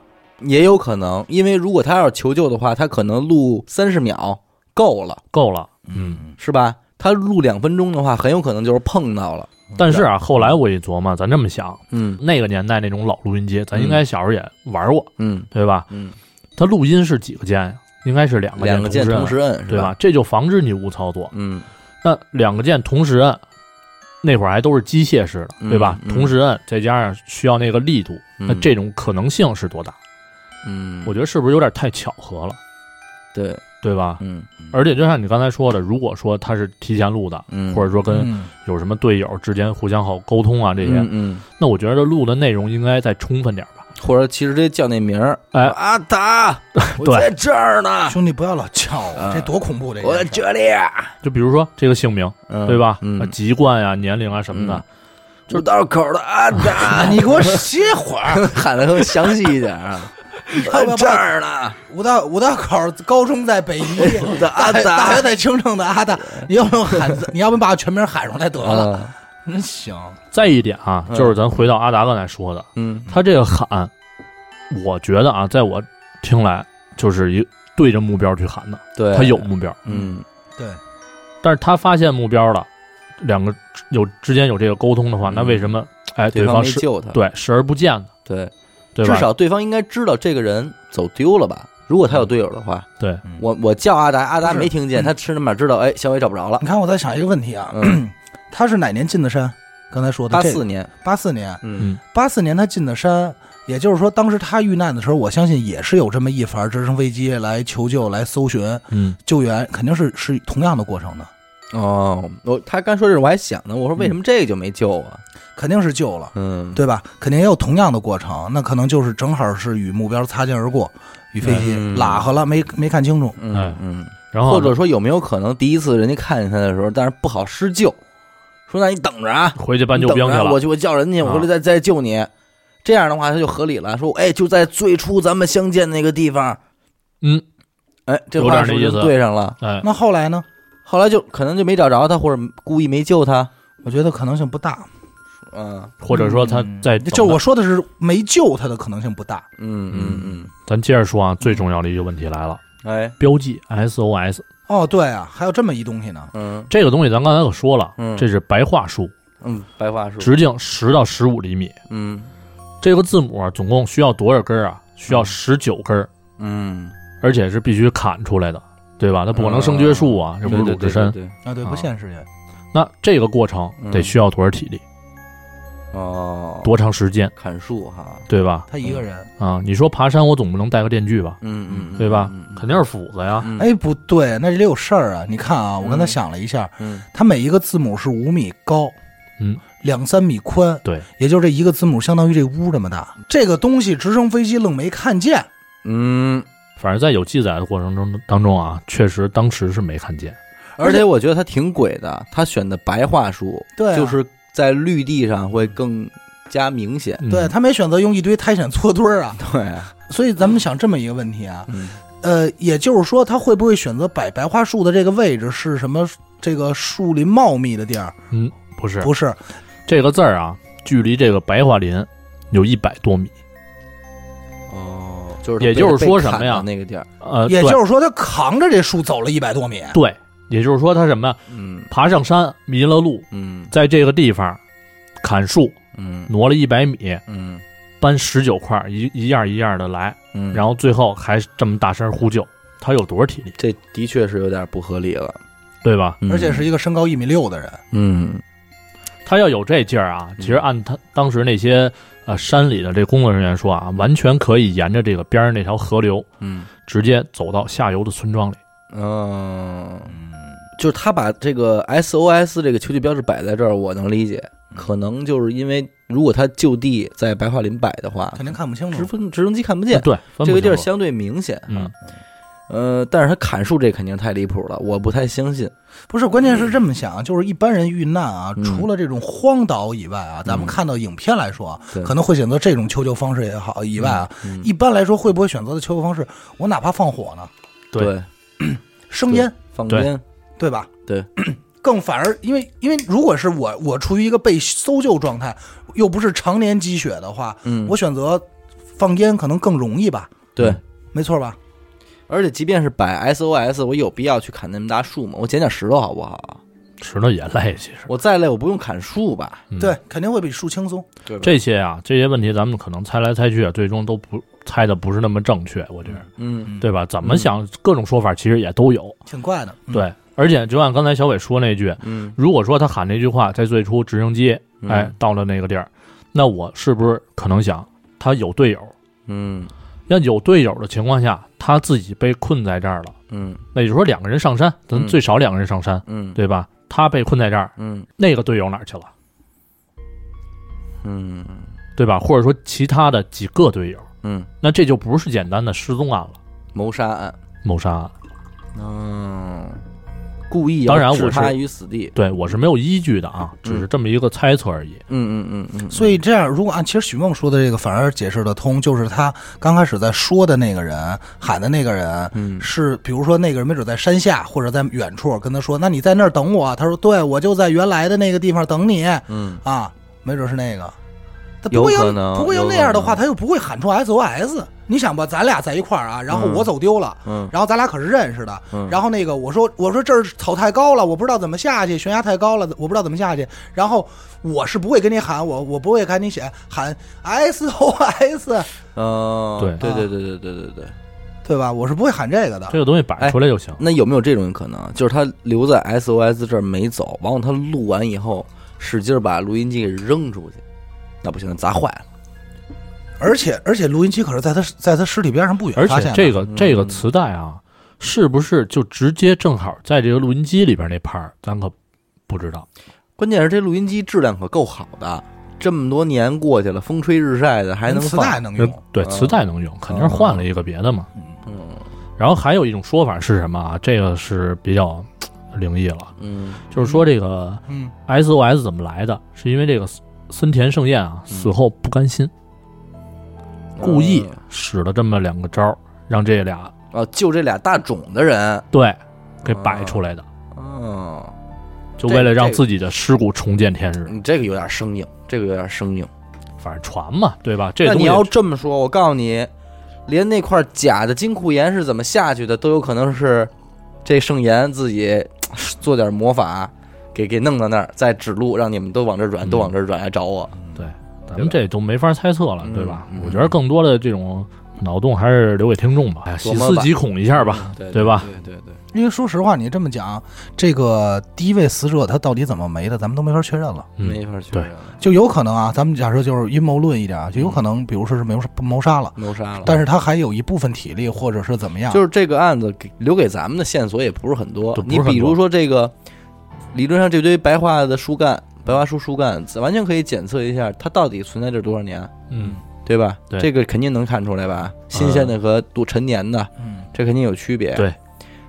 B: 也有可能，因为如果他要是求救的话，他可能录三十秒够了，
C: 够了，嗯。
B: 是吧？他录两分钟的话，很有可能就是碰到了，
C: 但是啊，后来我一琢磨，咱这么想，
B: 嗯
C: 那个年代那种老录音机，咱应该小时候也玩过，
B: 嗯
C: 对吧？
B: 嗯，
C: 它录音是几个键呀？应该是两个
B: 两个键同
C: 同
B: 时
C: 时
B: 摁，
C: 摁，
B: 是
C: 对？？这就防止你误操作。
B: 嗯
C: 那两个键同时摁，那会儿还都是机械式的，
B: 嗯
C: 对吧？
B: 嗯
C: 同时摁，再加上需要那个力度，
B: 嗯
C: 那这种可能性是多大？
B: 嗯，
C: 我觉得是不是有点太巧合了？
B: 对，
C: 对吧？
B: 嗯
C: 而且就像你刚才说的，如果说他是提前录的，
B: 嗯，
C: 或者说跟
A: 嗯
C: 有什么队友之间互相好沟通啊这些，
B: 嗯嗯，
C: 那我觉得录的内容应该再充分点吧。
B: 或者其实这叫那名儿，
C: 哎
B: 阿达，我在这儿
C: 啊
B: 呢，
A: 兄弟不要老叫我，
C: 嗯
B: 啊
A: 这多恐怖！这
B: 我
A: 个
B: 在
A: 事儿
B: 这里，啊
C: 就比如说这个姓名，
B: 嗯
C: 对吧？
B: 嗯
C: 啊，籍贯呀、年龄啊什么的，
B: 五道口的啊阿达，
A: 你给我歇会儿。
B: 喊的更详细一点 啊，
A: 要不要
B: 在这儿呢，
A: 五道五道口高中在北
C: 哎
A: 医，
B: 我的阿
A: 大学大
B: 达
A: 学，在清政的阿达，你要不要喊字？你要不把我全名喊出来得了？
B: 啊
C: 嗯
A: 真行，
C: 再一点啊，
B: 嗯
C: 就是咱回到阿达刚才说的，
B: 嗯
C: 他这个喊，我觉得啊，在我听来就是一对着目标去喊的，
B: 对，
C: 他有目标，
B: 嗯
A: 对，
C: 但是他发现目标了，两个有之间有这个沟通的话，
B: 嗯
C: 那为什么哎
B: 对
C: 方
B: 没
C: 是
B: 救他，
C: 对视而不见呢？
B: 对，
C: 对吧？
B: 至少对方应该知道这个人走丢了吧？如果他有队友的话，
C: 对
A: 嗯
B: 我我叫阿达，阿
A: 不
B: 达
A: 是
B: 没听见，
A: 嗯
B: 他吃他妈知道，哎，小伟找不着了。
A: 你看我在想一个问题啊，
B: 嗯，
A: 他是哪年进的山？刚才说的
B: 八
A: 这
B: 四年，
A: 八四年，
B: 嗯
A: 八四年他进的山，也就是说当时他遇难的时候，我相信也是有这么一盘直升飞机来求救、来搜寻
C: 嗯，
A: 救援，肯定是是同样的过程的，
B: 哦，我他刚说这，我还想呢，我说为什么这个就没救啊？
A: 肯定是救了，
B: 嗯，
A: 对吧？肯定也有同样的过程，那可能就是正好是与目标擦肩而过，与飞机
B: 嗯
A: 拉和了，没没看清楚。
B: 嗯
C: 哎
B: 嗯，
C: 然后
B: 或者说有没有可能第一次人家看见他的时候，但是不好施救，说那你等着啊，
C: 回去搬
B: 你
C: 救
B: 等
C: 兵去
B: 着啊
C: 了
B: 我，去我叫人去，
C: 啊
B: 我说再再救你。这样的话，他就合理了，说哎，就在最初咱们相见那个地方，
C: 嗯，
B: 哎，这
C: 有
B: 话
C: 点
B: 是
C: 那
B: 不是
C: 意思
B: 就对上了？
C: 哎，
A: 那后来呢？
B: 后来就可能就没找着他，或者故意没救他。
A: 我觉得可能性不大，
B: 嗯
C: 或者说他
A: 嗯
C: 在
A: 就我说的是没救他的可能性不大。
B: 嗯嗯
C: 咱接着说啊，最重要的一个问题来了，
B: 嗯，哎，
C: 标记 SOS
A: 哦，对啊，还有这么一东西呢。
B: 嗯
C: 这个东西，咱刚才可说了，
B: 嗯
C: 这是白桦树，
B: 嗯，白桦树，
C: 直径十到十五厘米，
B: 嗯
C: 这个字母啊总共需要多少根儿啊？需要十九根儿，
B: 嗯，
C: 而且是必须砍出来的，对吧？它不可能生橛树啊，这不是鲁智深。
B: 嗯对，
A: 啊，对，
C: 啊
A: 不现实也。
C: 那这个过程
B: 嗯
C: 得需要多少体力，
B: 哦，
C: 多长时间，
B: 砍树哈，
C: 对吧？
A: 他一个人，
C: 啊，你说爬山，我总不能带个电锯吧？
B: 嗯嗯，
C: 对吧？肯定是啊斧子呀。
B: 定，
A: 哎，不对，那里有事儿啊！你看啊，我刚才
B: 嗯
A: 想了一下，
B: 嗯
A: 它每一个字母是五米高，
C: 嗯，
A: 两三米宽，
C: 对，
A: 也就是这一个字母相当于这屋这么大。这个东西直升飞机愣没看见，
B: 嗯，
C: 反正在有记载的过程中当中啊，确实当时是没看见。
B: 而且我觉得他挺鬼的，他选的白桦树，
A: 对啊、
B: 就是在绿地上会更加明显。
C: 嗯
A: 对，他没选择用一堆苔藓搓堆儿啊。
B: 对，
A: 所以咱们想这么一个问题啊，
B: 嗯
A: 呃，也就是说，他会不会选择摆白桦树的这个位置是什么？这个树林茂密的地儿？
C: 不是
A: 不是，
C: 这个字儿啊，距离这个白桦林有一百多米。
B: 哦，就是
C: 也就是说什么呀
B: 那个地儿，
C: 呃，
A: 也
C: 对
A: 就是说，他扛着这树走了一百多米。
C: 对，也就是说他什么呀？
B: 嗯
C: 爬上山迷了路，
B: 嗯
C: 在这个地方砍树，
B: 嗯
C: 挪了一百米，
B: 嗯
C: 搬十九块儿，一一样一样的来，
B: 嗯，
C: 然后最后还这么大声呼救，他有多少体力，
B: 这的确是有点不合理了，
C: 对吧？
A: 而且是一个身高一米六的人，
B: 嗯
C: 他要有这劲儿啊，其实按他当时那些呃山里的这工作人员说啊，完全可以沿着这个边上那条河流，
B: 嗯
C: 直接走到下游的村庄里。
B: 嗯，
A: 嗯，
B: 就是他把这个 SOS 这个求救标志摆在这儿，我能理解，
C: 嗯
B: 可能就是因为如果他就地在白桦林摆的话，
A: 肯定看不清
B: 直
A: 楚。
B: 分直升机看不
C: 对
B: 见，
C: 对，分不
B: 这个地儿
C: 清楚
B: 相对明显，
C: 嗯，
B: 呃，但是他砍树这肯定太离谱了，我不太相信，
A: 不是，关键是这么想，就是一般人遇难啊，
B: 嗯
A: 除了这种荒岛以外啊，咱们
B: 嗯
A: 看到影片来说啊，
B: 对
A: 可能会选择这种求救方式也好，以外啊，
B: 嗯
A: 一般来说会不会选择的求救方式？我哪怕放火呢，
C: 对
B: 对
A: 生烟，
B: 放
C: 对
B: 烟，
A: 对吧？
B: 对，
A: 更反而因为因为如果是我我处于一个被搜救状态，又不是常年积雪的话，
B: 嗯，
A: 我选择放烟可能更容易吧，
B: 对。
A: 没错吧？
B: 而且，即便是摆 SOS，我有必要去砍那么大树吗？我捡点石头好不好？
C: 石头也累，其实。
B: 我再累，我不用砍树吧？
C: 嗯
A: 对，肯定会比树轻松。
B: 对吧
C: 这些啊，这些问题咱们可能猜来猜去，啊最终都不猜的不是那么正确，我觉得，
B: 嗯
C: 对吧？怎么想，各种说法其实也都有。
A: 挺怪的。嗯，
C: 对，而且就按刚才小伟说那句，
B: 嗯
C: 如果说他喊那句话在最初直升机，
B: 嗯
C: 哎，到了那个地儿，那我是不是可能想他有队友？
B: 嗯
C: 要有队友的情况下，他自己被困在这儿了，
B: 嗯
C: 那也就是说，两个人上山，咱
B: 嗯
C: 最少两个人上山，
B: 嗯
C: 对吧？他被困在这儿，
B: 嗯
C: 那个队友哪儿去了，
B: 嗯
C: 对吧？或者说其他的几个队友，
B: 嗯，
C: 那这就不是简单的失踪案了，
B: 谋杀案，
C: 谋杀案。
B: 嗯，故意
C: 哦当然
B: 要置
C: 我是
B: 他于死地，
C: 对我是没有依据的啊，只是这么一个猜测而已。
B: 嗯嗯嗯嗯，
A: 所以这样，如果按其实许梦说的这个，反而解释得通，就是他刚开始在说的那个人喊的那个人，
B: 嗯
A: 是比如说那个人没准在山下或者在远处跟他说：“那你在那儿等我。”他说：“对，我就在原来的那个地方等你
B: 嗯
A: 啊。”没准是那个，他
B: 有
A: 不会要
B: 可能
A: 不会要
B: 有
A: 那样的
B: 可能
A: 话，他就不会喊出 SOS。你想吧，咱俩在一块儿啊，然后
B: 嗯
A: 我走丢了，
B: 嗯
A: 然后咱俩可是认识的。
B: 嗯，
A: 然后那个我说我说这儿草太高了，我不知道怎么下去，悬崖太高了，我不知道怎么下去。然后我是不会跟你喊，我我不会跟你写喊 SOS，
B: 哦，
C: 对
B: 对对对对对对对。
A: 对吧？我是不会喊这个的
C: 这。个东西摆出来就行。
B: 那有没有这种可能，啊就是他留在 SOS 这儿没走，完了他录完以后，使劲儿把录音机给扔出去，那不行，砸坏了。
A: 而且而且录音机可是在他在他尸体边上不远
C: 而
A: 发现的，
C: 且这个
B: 嗯
C: 这个磁带啊，是不是就直接正好在这个录音机里边那盘儿，咱可不知道。
B: 关键是这录音机质量可够好的，这么多年过去了，风吹日晒的还能
A: 磁
B: 放。
A: 带能用。
C: 对，
B: 嗯
C: 磁带能用，肯定是换了一个别的嘛。
B: 嗯
C: 然后还有一种说法是什么啊？这个是比较嘖灵异了，
B: 嗯
C: 就是说这个
A: 嗯，
C: SOS 怎么来的，是因为这个森森田圣彦
B: 嗯
C: 啊死后不甘心，故意使了这么两个招儿，让这俩
B: 哦，就这俩大种的人，
C: 对给摆出来的，
B: 啊哦，
C: 就为了
B: 这
C: 让
B: 这
C: 自己的尸骨重见天日。
B: 你这个有点生硬，这个有点生硬。
C: 反正传嘛，对吧？这
B: 那
C: 东
B: 你
C: 西
B: 要这么说，我告诉你，连那块假的金库岩是怎么下去的，都有可能是这圣岩自己做点魔法，给给弄到那儿，再指路，让你们都往这儿转，
C: 嗯
B: 都往这儿转来找我。
C: 咱们这都没法猜测了
B: 嗯，
C: 对吧
B: 嗯？
C: 我觉得更多的这种脑洞还是留给听众吧，哎呀
B: 琢
C: 细
B: 磨吧
C: 思极恐一下吧。
B: 对
C: 对吧
B: 对对对，
A: 因为说实话，你这么讲，这个第一位死者他到底怎么没的，咱们都没法确认了。
C: 嗯
B: 没法确认，
A: 就有可能啊，咱们假设就是阴谋论一点啊，就有可能，比如说是谋杀谋杀了，
B: 谋杀了。啊
A: 但是他还有一部分体力或者是怎么样，
B: 就是这个案子给留给咱们的线索也不是很多
C: 对。不
B: 你
C: 是很多
B: 比如说这个，理论上这堆白桦的树干，白桦树树干，完全可以检测一下它到底存在这儿多少年，
C: 嗯，
B: 对吧？
C: 对嗯
B: 这个肯定能看出来吧？新鲜的和多陈年的，
A: 嗯，
B: 这肯定有区别。
C: 对。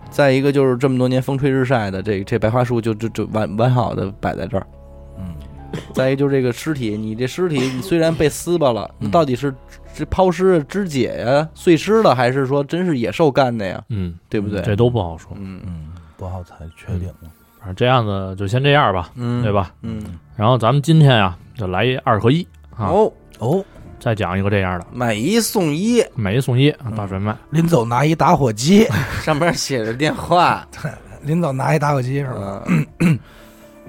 B: 再一个就是这么多年风吹日晒的，这这白桦树就就就完完好的摆在这儿。
A: 嗯。
B: 再一个就是这个尸体，你这尸体你虽然被撕巴了，那
A: 嗯
B: 到底是这抛尸肢解呀、碎尸了，还是说真是野兽干的呀？
C: 嗯，
B: 对不对？
C: 这都不好说。
B: 嗯
A: 嗯，不好才确定了。
C: 反正这案子就先这样吧，
B: 嗯，
C: 对？吧？
B: 嗯，
C: 然后咱们今天呀，就来一二合一啊，
B: 哦，
A: 哦，
C: 再讲一个这样的，
B: 买一送一，
C: 买一送一，
B: 嗯
C: 大甩卖。
A: 临走拿一打火机，
B: 上面写着电 话，
A: 临走拿一打火机是吧？
B: 嗯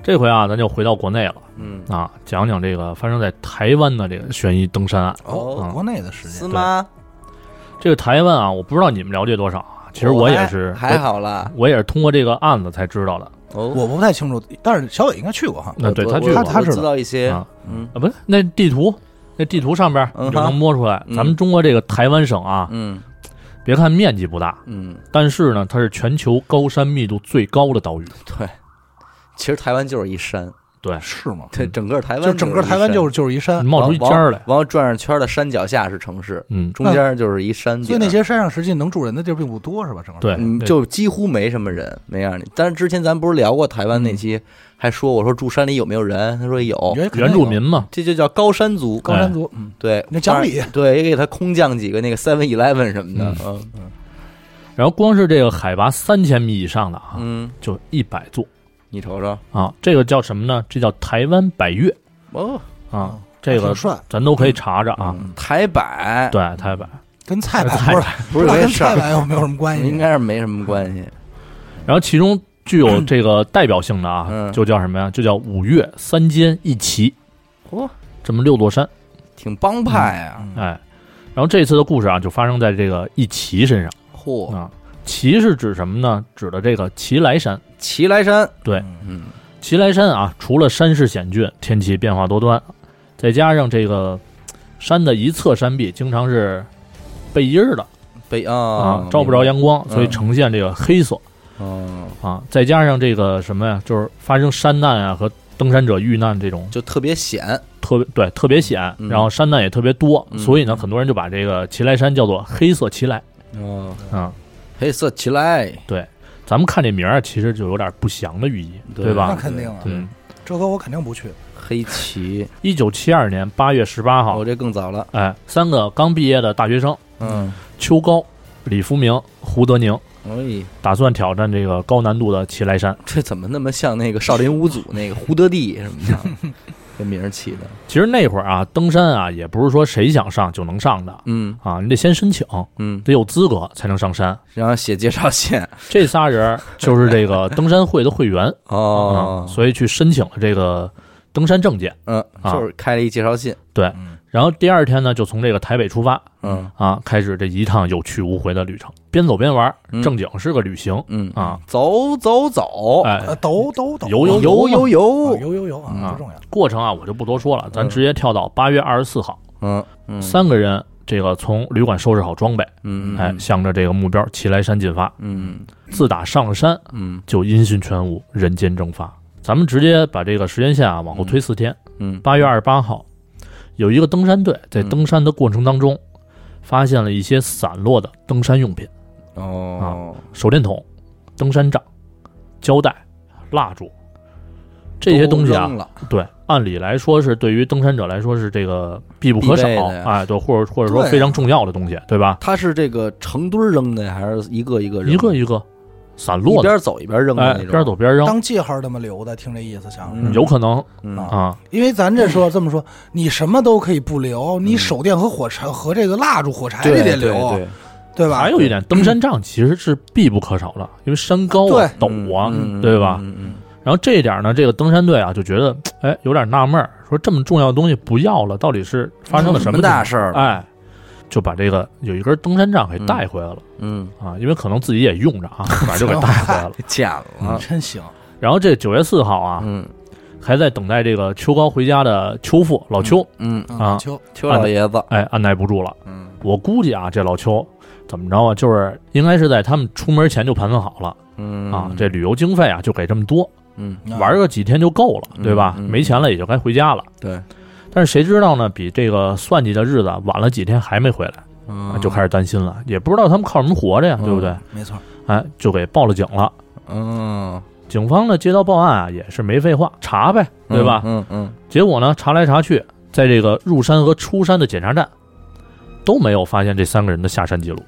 C: 这回啊，咱就回到国内了
B: 嗯，
C: 啊，讲讲这个发生在台湾的这个悬疑登山案。
A: 哦
C: 嗯，
A: 国内的时
B: 司
A: 间，
B: 妈，
C: 这个台湾啊，我不知道你们了解多少啊，其实我也是，
B: 还还好啦。
C: 我也是通过这个案子才知道的。
B: 哦，
A: 我不太清楚，但是小野应该去过哈。
C: 那对
B: 呃我
C: 他去
B: 我
C: 过，
A: 他
B: 我
A: 知道
B: 知道一些
C: 啊，
B: 嗯
C: 啊，不是那地图，那地图上边儿
B: 嗯
C: 你就能
B: 哈
C: 摸出来。
B: 嗯
C: 咱们中国这个台湾省啊，
B: 嗯
C: 别看面积不大，
B: 嗯，
C: 但是呢，它是全球高山密度最高的岛屿。
B: 对，其实台湾就是一山，
C: 对，
A: 是吗？
B: 对，整个台湾
A: 嗯就整个台湾就是是就是一
B: 嗯
A: 山，
C: 冒出一尖儿来。
B: 完了转上圈的山脚下是城市，
C: 嗯，
B: 中间就是一山
A: 所
B: 顶
A: 以那些山上实际能住人的地儿并不多，是吧？整个
C: 对，
B: 嗯，
C: 对
B: 就几乎没什么人，没让你。但是之前咱不是聊过台湾那
A: 嗯
B: 期，还说我说住山里有没有人？他说有，
A: 原
C: 原住民嘛，
B: 这就叫高山族。
A: 高山族，嗯，
B: 对，
A: 那讲理
B: 当然对，也给他空降几个那个 Seven Eleven 什么的，嗯
C: 然后光是这个海拔三千米以上的啊，
B: 嗯，
C: 就一百座
B: 你瞅瞅，
C: 啊，这个叫什么呢？这叫台湾百越
B: 哦，
C: 啊，这
A: 挺
C: 个
A: 帅，
C: 咱都可以查查啊。
B: 嗯台百
C: 对，台百。
A: 跟菜板
C: 菜
A: 不是
B: 不
A: 不
B: 是
A: 知道
B: 回
A: 跟
B: 事
A: 菜
B: 儿，
A: 板有没有什么关系？
B: 应该是没什么关系。
C: 然后其中具 有这个代表性的啊，
B: 嗯
C: 就叫什么呀？就叫五岳三尖一旗，
B: 哦，
C: 这么六座山。
B: 挺帮派啊，
A: 嗯
C: 哎，然后这次的故事啊，就发生在这个一齐身上
B: 嚯，
C: 啊。齐是指什么呢？指的这个齐来山。
B: 齐来山，
C: 对
B: 嗯
C: 齐来山啊，除了山势险峻，天气变化多端，再加上这个山的一侧山壁经常是背阴儿的，
B: 北啊
C: 啊，照不着，阳光，所以
B: 嗯
C: 呈现这个黑色
B: 嗯，
C: 啊，再加上这个什么呀，就是发生山难啊和登山者遇难这种
B: 就特别显，
C: 特别对特别险，
B: 嗯
C: 然后山难也特别多，
B: 嗯
C: 所以呢，很多人就把这个奇莱山叫做黑色奇莱
B: 嗯，
C: 啊。
B: 黑色起来，
C: 咱们看这名儿，啊其实就有点不祥的寓意，
B: 对
C: 对
A: 那
C: 吧？
A: 肯定啊，
C: 嗯，
A: 这个我肯定不去。
B: 黑 旗，哦
C: 一九七二年八月十八号
B: 我，这更早了，
C: 哎，三个刚毕业的大学生
B: 嗯，
C: 秋高、李福明、胡德宁
B: 哎，
C: 打算挑战这个高难度的奇莱山。
B: 这怎么那么像那个少林五祖那个胡德帝什么 的，这名儿起的，
C: 其实那会儿啊，登山啊，也不是说谁想上就能上的
B: 嗯
C: 啊，你得先申请，
B: 嗯，
C: 得有资格才能上山。
B: 然后写介绍信，
C: 这仨人 儿就是这个登山会的会员
B: 哦
C: 啊，，所以啊去申请了这个登山证件。
B: 嗯，就是开了一介绍信，
C: 然后第二天呢，就从这个台北出发
B: 嗯
C: 啊，开始这一趟有去无回的旅程，边走边玩儿，
B: 嗯
C: 正经是个旅行
B: 嗯，哦
C: 啊。
B: 走走走，
C: 哎，
A: 呃，抖抖抖，
C: 游游
B: 游游
A: 啊
B: 游，
A: 游游游啊，
B: 啊
A: 不重要。
C: 过程啊，我就不多说了，咱
B: 嗯
C: 直接跳到八月二十四号，
B: 嗯嗯
C: 三个人这个从旅馆收拾好装备，
B: 嗯
C: 哎，向着这个目标奇莱山进发。
B: 嗯
C: 自打上了山，
B: 嗯
C: 就音讯全无，人间蒸发。咱们直接把这个时间线啊往后推四天，
B: 嗯
C: 八月二十八号，有一个登山队在
B: 嗯
C: 登山的过程当中，发现了一些散落的登山用品，
B: 哦，
C: 手电筒、登山杖、胶带、蜡烛。这些东西啊，
B: 了，
C: 对，按理来说是对于登山者来说是这个必不可少
B: 必备的呀，
C: 哎，对，或者或者说
A: 对啊
C: 非常重要的东西，对吧？
B: 他是这个成堆儿扔的呀，还是一个一个扔
C: 一个一个散
B: 一
C: 落的，
B: 边走一边扔
C: 哎
B: 的那，种？
C: 边走边扔，
A: 当记号这么留的，听这意思像是。
B: 嗯
C: 有可能
B: 嗯
C: 啊，
A: 因为咱这说这么说，你什么都可以不留，
C: 嗯
A: 你手电和火柴和这个蜡烛、火柴
B: 对
A: 这得
B: 哎对
A: 留，
B: 对，
A: 对吧？
C: 还有一点，登山杖其实是必不可少的，因为山高啊、陡啊，对吧？
B: 嗯
C: 然后这一点呢，这个登山队啊就觉得，哎，有点纳闷儿，说这么重要的东西不要了，到底是发生了什
B: 什嗯么
C: 么情
B: 大
C: 况？
B: 事儿？啊
C: 哎，就把这个有一根登山杖给带回来了、
B: 嗯，
C: 啊，因为可能自己也用 着啊，反正就给带回来了。
B: 捡
C: 啊
B: 了，
A: 嗯真行，
C: 然后这九月四号啊，
B: 嗯
C: 还在等待这个秋高回家的秋父老秋，
B: 嗯，
A: 嗯
C: 啊
A: 秋
B: 邱老爷子，
C: 哎，按耐不住了。
B: 嗯
C: 我估计啊，这老邱怎么着啊，就是应该是在他们出门前就盘算好了
B: 嗯
C: 啊，这旅游经费啊就给这么多，
B: 嗯
C: 玩个几天就够了，
B: 嗯
C: 对吧？
B: 嗯
C: 没钱了也就该回家了。
B: 对，
C: 但是谁知道呢？比这个算计的日子啊晚了几天还没回来，啊就开始担心了，也不知道他们靠什么活着呀，
B: 嗯
C: 对不对？
A: 没错，
C: 哎，就给报了警了。
B: 嗯，
C: 警方呢接到报案啊，也是没废话，查呗，对吧？
B: 嗯嗯
C: 结果呢，查来查去，在这个入山和出山的检查站都没有发现这三个人的下山记录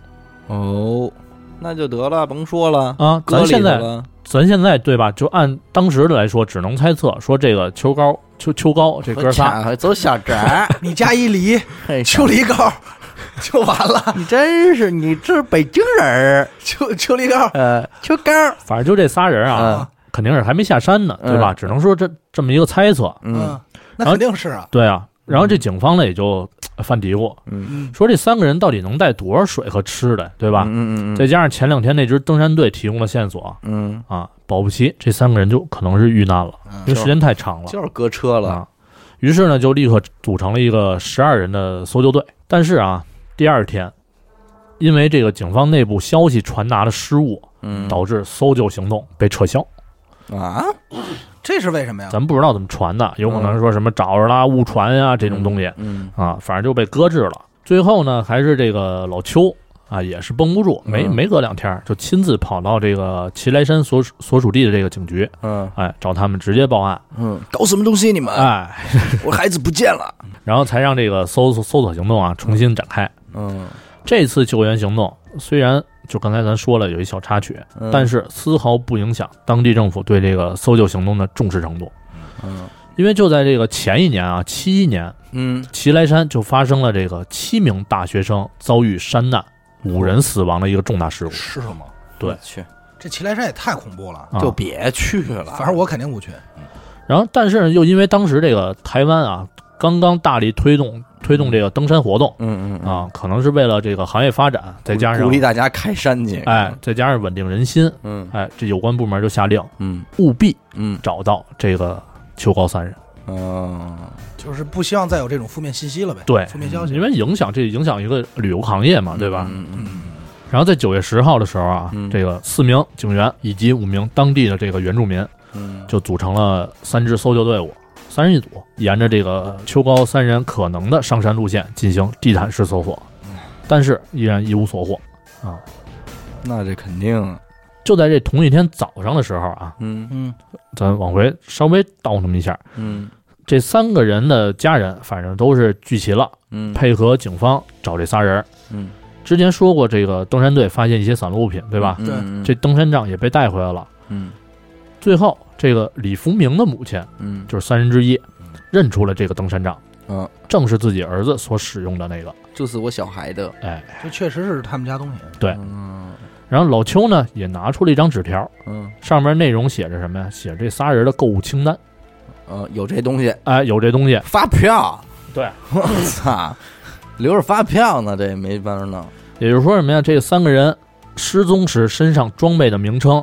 B: 哦，那就得了，甭说了，
C: 啊。
B: 搁
C: 咱
B: 里
C: 现
B: 头
C: 在
B: 了，
C: 咱现在对吧？就按当时的来说，只能猜测说这个秋高秋秋高这哥仨，
B: 还走小 宅，
A: 哎你加一梨，
B: 嘿，
A: 秋梨膏就完了，
B: 你真是你这是北京人儿，
A: 秋秋梨膏
B: 呃，秋高，
C: 反正就这仨人啊，肯定是还没下山呢，对吧？
B: 嗯
C: 只能说这这么一个猜测，
A: 嗯
B: 嗯，
A: 那肯定是啊，
C: 对啊。然后这警方呢也就呃犯嘀咕，
B: 嗯，
A: 嗯，
C: 说这三个人到底能带多少水和吃的，对吧？
B: 嗯嗯
C: 再加上前两天那支登山队提供的线索
B: 嗯，
C: 啊，保不齐这三个人就可能是遇难了，因为时间太长了。
B: 就是搁车了，
C: 啊。于是呢，就立刻组成了一个十二人的搜救队。但是啊，第二天，因为这个警方内部消息传达的失误，
B: 嗯，
C: 导致搜救行动被撤销。
B: 啊，
A: 这是为什么呀？
C: 咱们不知道怎么传的，有可能是说什么找着啦、误传啊这种东西
B: 嗯
C: 啊，反正就被搁置了。最后呢，还是这个老邱啊，也是绷不住，没
B: 嗯
C: 没隔两天儿就亲自跑到这个祁来山所属所属地的这个警局，
B: 嗯
C: 哎，找他们直接报案，
B: 嗯，搞什么东西你们？
C: 哎，
B: 我孩子不见了，
C: 然后才让这个搜搜搜索行动啊重新展开。
B: 嗯，
C: 这次救援行动虽然就刚才咱说了有一小插曲，
B: 嗯
C: 但是丝毫不影响当地政府对这个搜救行动的重视程度。
B: 嗯
C: 因为就在这个前一年啊，七一年，
B: 嗯，
C: 祁来山就发生了这个七名大学生遭遇山难，
B: 嗯
C: 五人死亡的一个重大事故。
A: 是吗？
C: 对
B: 去
A: 这祁来山也太恐怖了，
C: 啊
B: 就别去了，
A: 反正我肯定不去。
C: 然后，但是呢又因为当时这个台湾啊，刚刚大力推动推动这个登山活动
B: 嗯嗯嗯
C: 啊，可能是为了这个行业发展，再加上
B: 鼓励大家开山去，
C: 哎，，再加上稳定人心，
B: 嗯
C: 哎，这有关部门就下令
B: 嗯
C: 务必
B: 嗯
C: 找到这个秋高三人。
B: 嗯，
A: 就是不希望再有这种负面信息了呗。
C: 对
A: 负面消息
C: 因为影响这影响一个旅游行业嘛，对吧？
B: 嗯嗯
C: 然后在九月十号的时候啊，
B: 嗯
C: 这个四名警员以及五名当地的这个原住民
B: 嗯，
C: 就组成了三支搜救队伍，三人一组，沿着这个秋高三人可能的上山路线进行地毯式搜索，但是依然一无所获啊。
B: 那这肯定啊，
C: 就在这同一天早上的时候啊，
B: 嗯
A: 嗯
C: 咱往回稍微倒那么一下，
B: 嗯
C: 这三个人的家人反正都是聚齐了，
B: 嗯，
C: 配合警方找这仨人。
B: 嗯
C: 之前说过，这个登山队发现一些散落物品，对吧？
B: 嗯
A: 对
B: 嗯
C: 这登山杖也被带回来了。
B: 嗯
C: 最后，这个李福明的母亲
B: 嗯
C: 就是三人之一，
A: 嗯
C: 认出了这个登山杖，
B: 嗯，
C: 正是自己儿子所使用的那个。
B: 就是我小孩的，
C: 哎，
A: 这确实是他们家东西。
C: 对
B: 嗯
C: 然后老邱呢也拿出了一张纸条，
B: 嗯
C: 上面内容写着什么呀？写着这仨人的购物清单。
B: 呃，有这东西，
C: 哎，有这东西，
B: 发票，
C: 对，
B: 我操，留着发票呢，这也没法弄，
C: 也就是说什么呀？这三个人失踪时身上装备的名称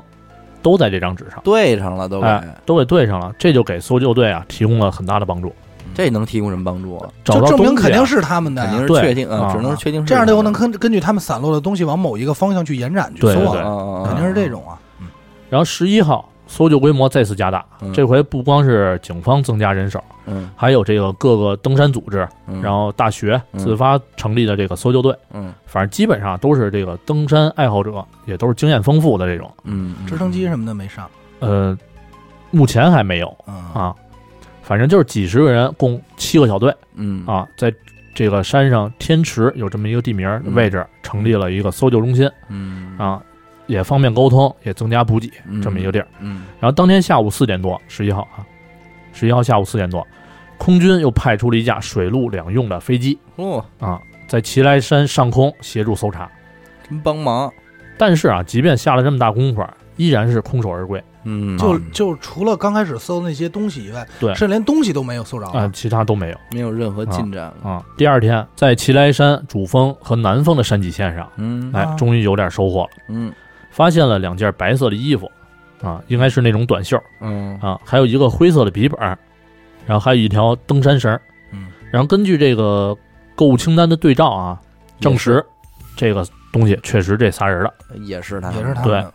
C: 都在这张纸上，
B: 对上了都给，嗯
C: 哎，都给对上了，这就给搜救队啊提供了很大的帮助。
B: 这能提供什么帮助啊？
C: 找到
A: 就证明
C: 东西啊
A: 肯定是他们的呀，
B: 肯定是
C: 对
B: 确定，呃
C: 啊
B: 只能是确定是
A: 哎这样的
B: 他们
A: 我能根根据他们散落的东西往某一个方向去延展去
C: 对
A: 搜
C: 对
A: 啊
C: 对
B: 嗯嗯嗯
A: 肯定是这种啊。
C: 然后十一号搜救规模再次加大，
B: 嗯
C: 这回不光是警方增加人手，
B: 嗯
C: 还有这个各个登山组织，
B: 嗯，
C: 然后大学
B: 嗯
C: 自发成立的这个搜救队，
B: 嗯
C: 反正基本上都是这个登山爱好者，也都是经验丰富的这种。
B: 嗯，嗯
A: 直升机什么的没上，
C: 呃，目前还没有
A: 嗯，
C: 啊，反正就是几十个人，共七个小队
B: 嗯
C: 啊，在这个山上天池有这么一个地名儿的位置，成立了一个搜救中心
B: 嗯
C: 啊，也方便沟通，也增加补给
B: 嗯
C: 这么一个地儿。
B: 嗯
C: 然后当天下午四点多，十一号啊，十一号下午四点多，空军又派出了一架水陆两用的飞机
B: 哦，
C: 啊，在祁来山上空协助搜查。
B: 真帮忙，
C: 但是啊，即便下了这么大功夫啊，依然是空手而归
B: 嗯，
A: 就
B: 啊
A: 就除了刚开始搜那些东西以外，
C: 对
A: 甚至连东西都没有搜着
C: 啊、。其他都没有
B: 没有任何进展了，
C: 啊。第二天，在祁来山主峰和南峰的山脊线上，
B: 嗯
C: 哎
A: 啊，
C: 终于有点收获了，
B: 嗯
C: 发现了两件白色的衣服啊，应该是那种短袖
B: 嗯
C: 啊，还有一个灰色的笔记本，然后还有一条登山绳。
A: 嗯，
C: 然后根据这个购物清单的对照啊，证
B: 也
C: 实这个东西确实这仨人的。
B: 也是他，
A: 也是他
C: 对
A: 们，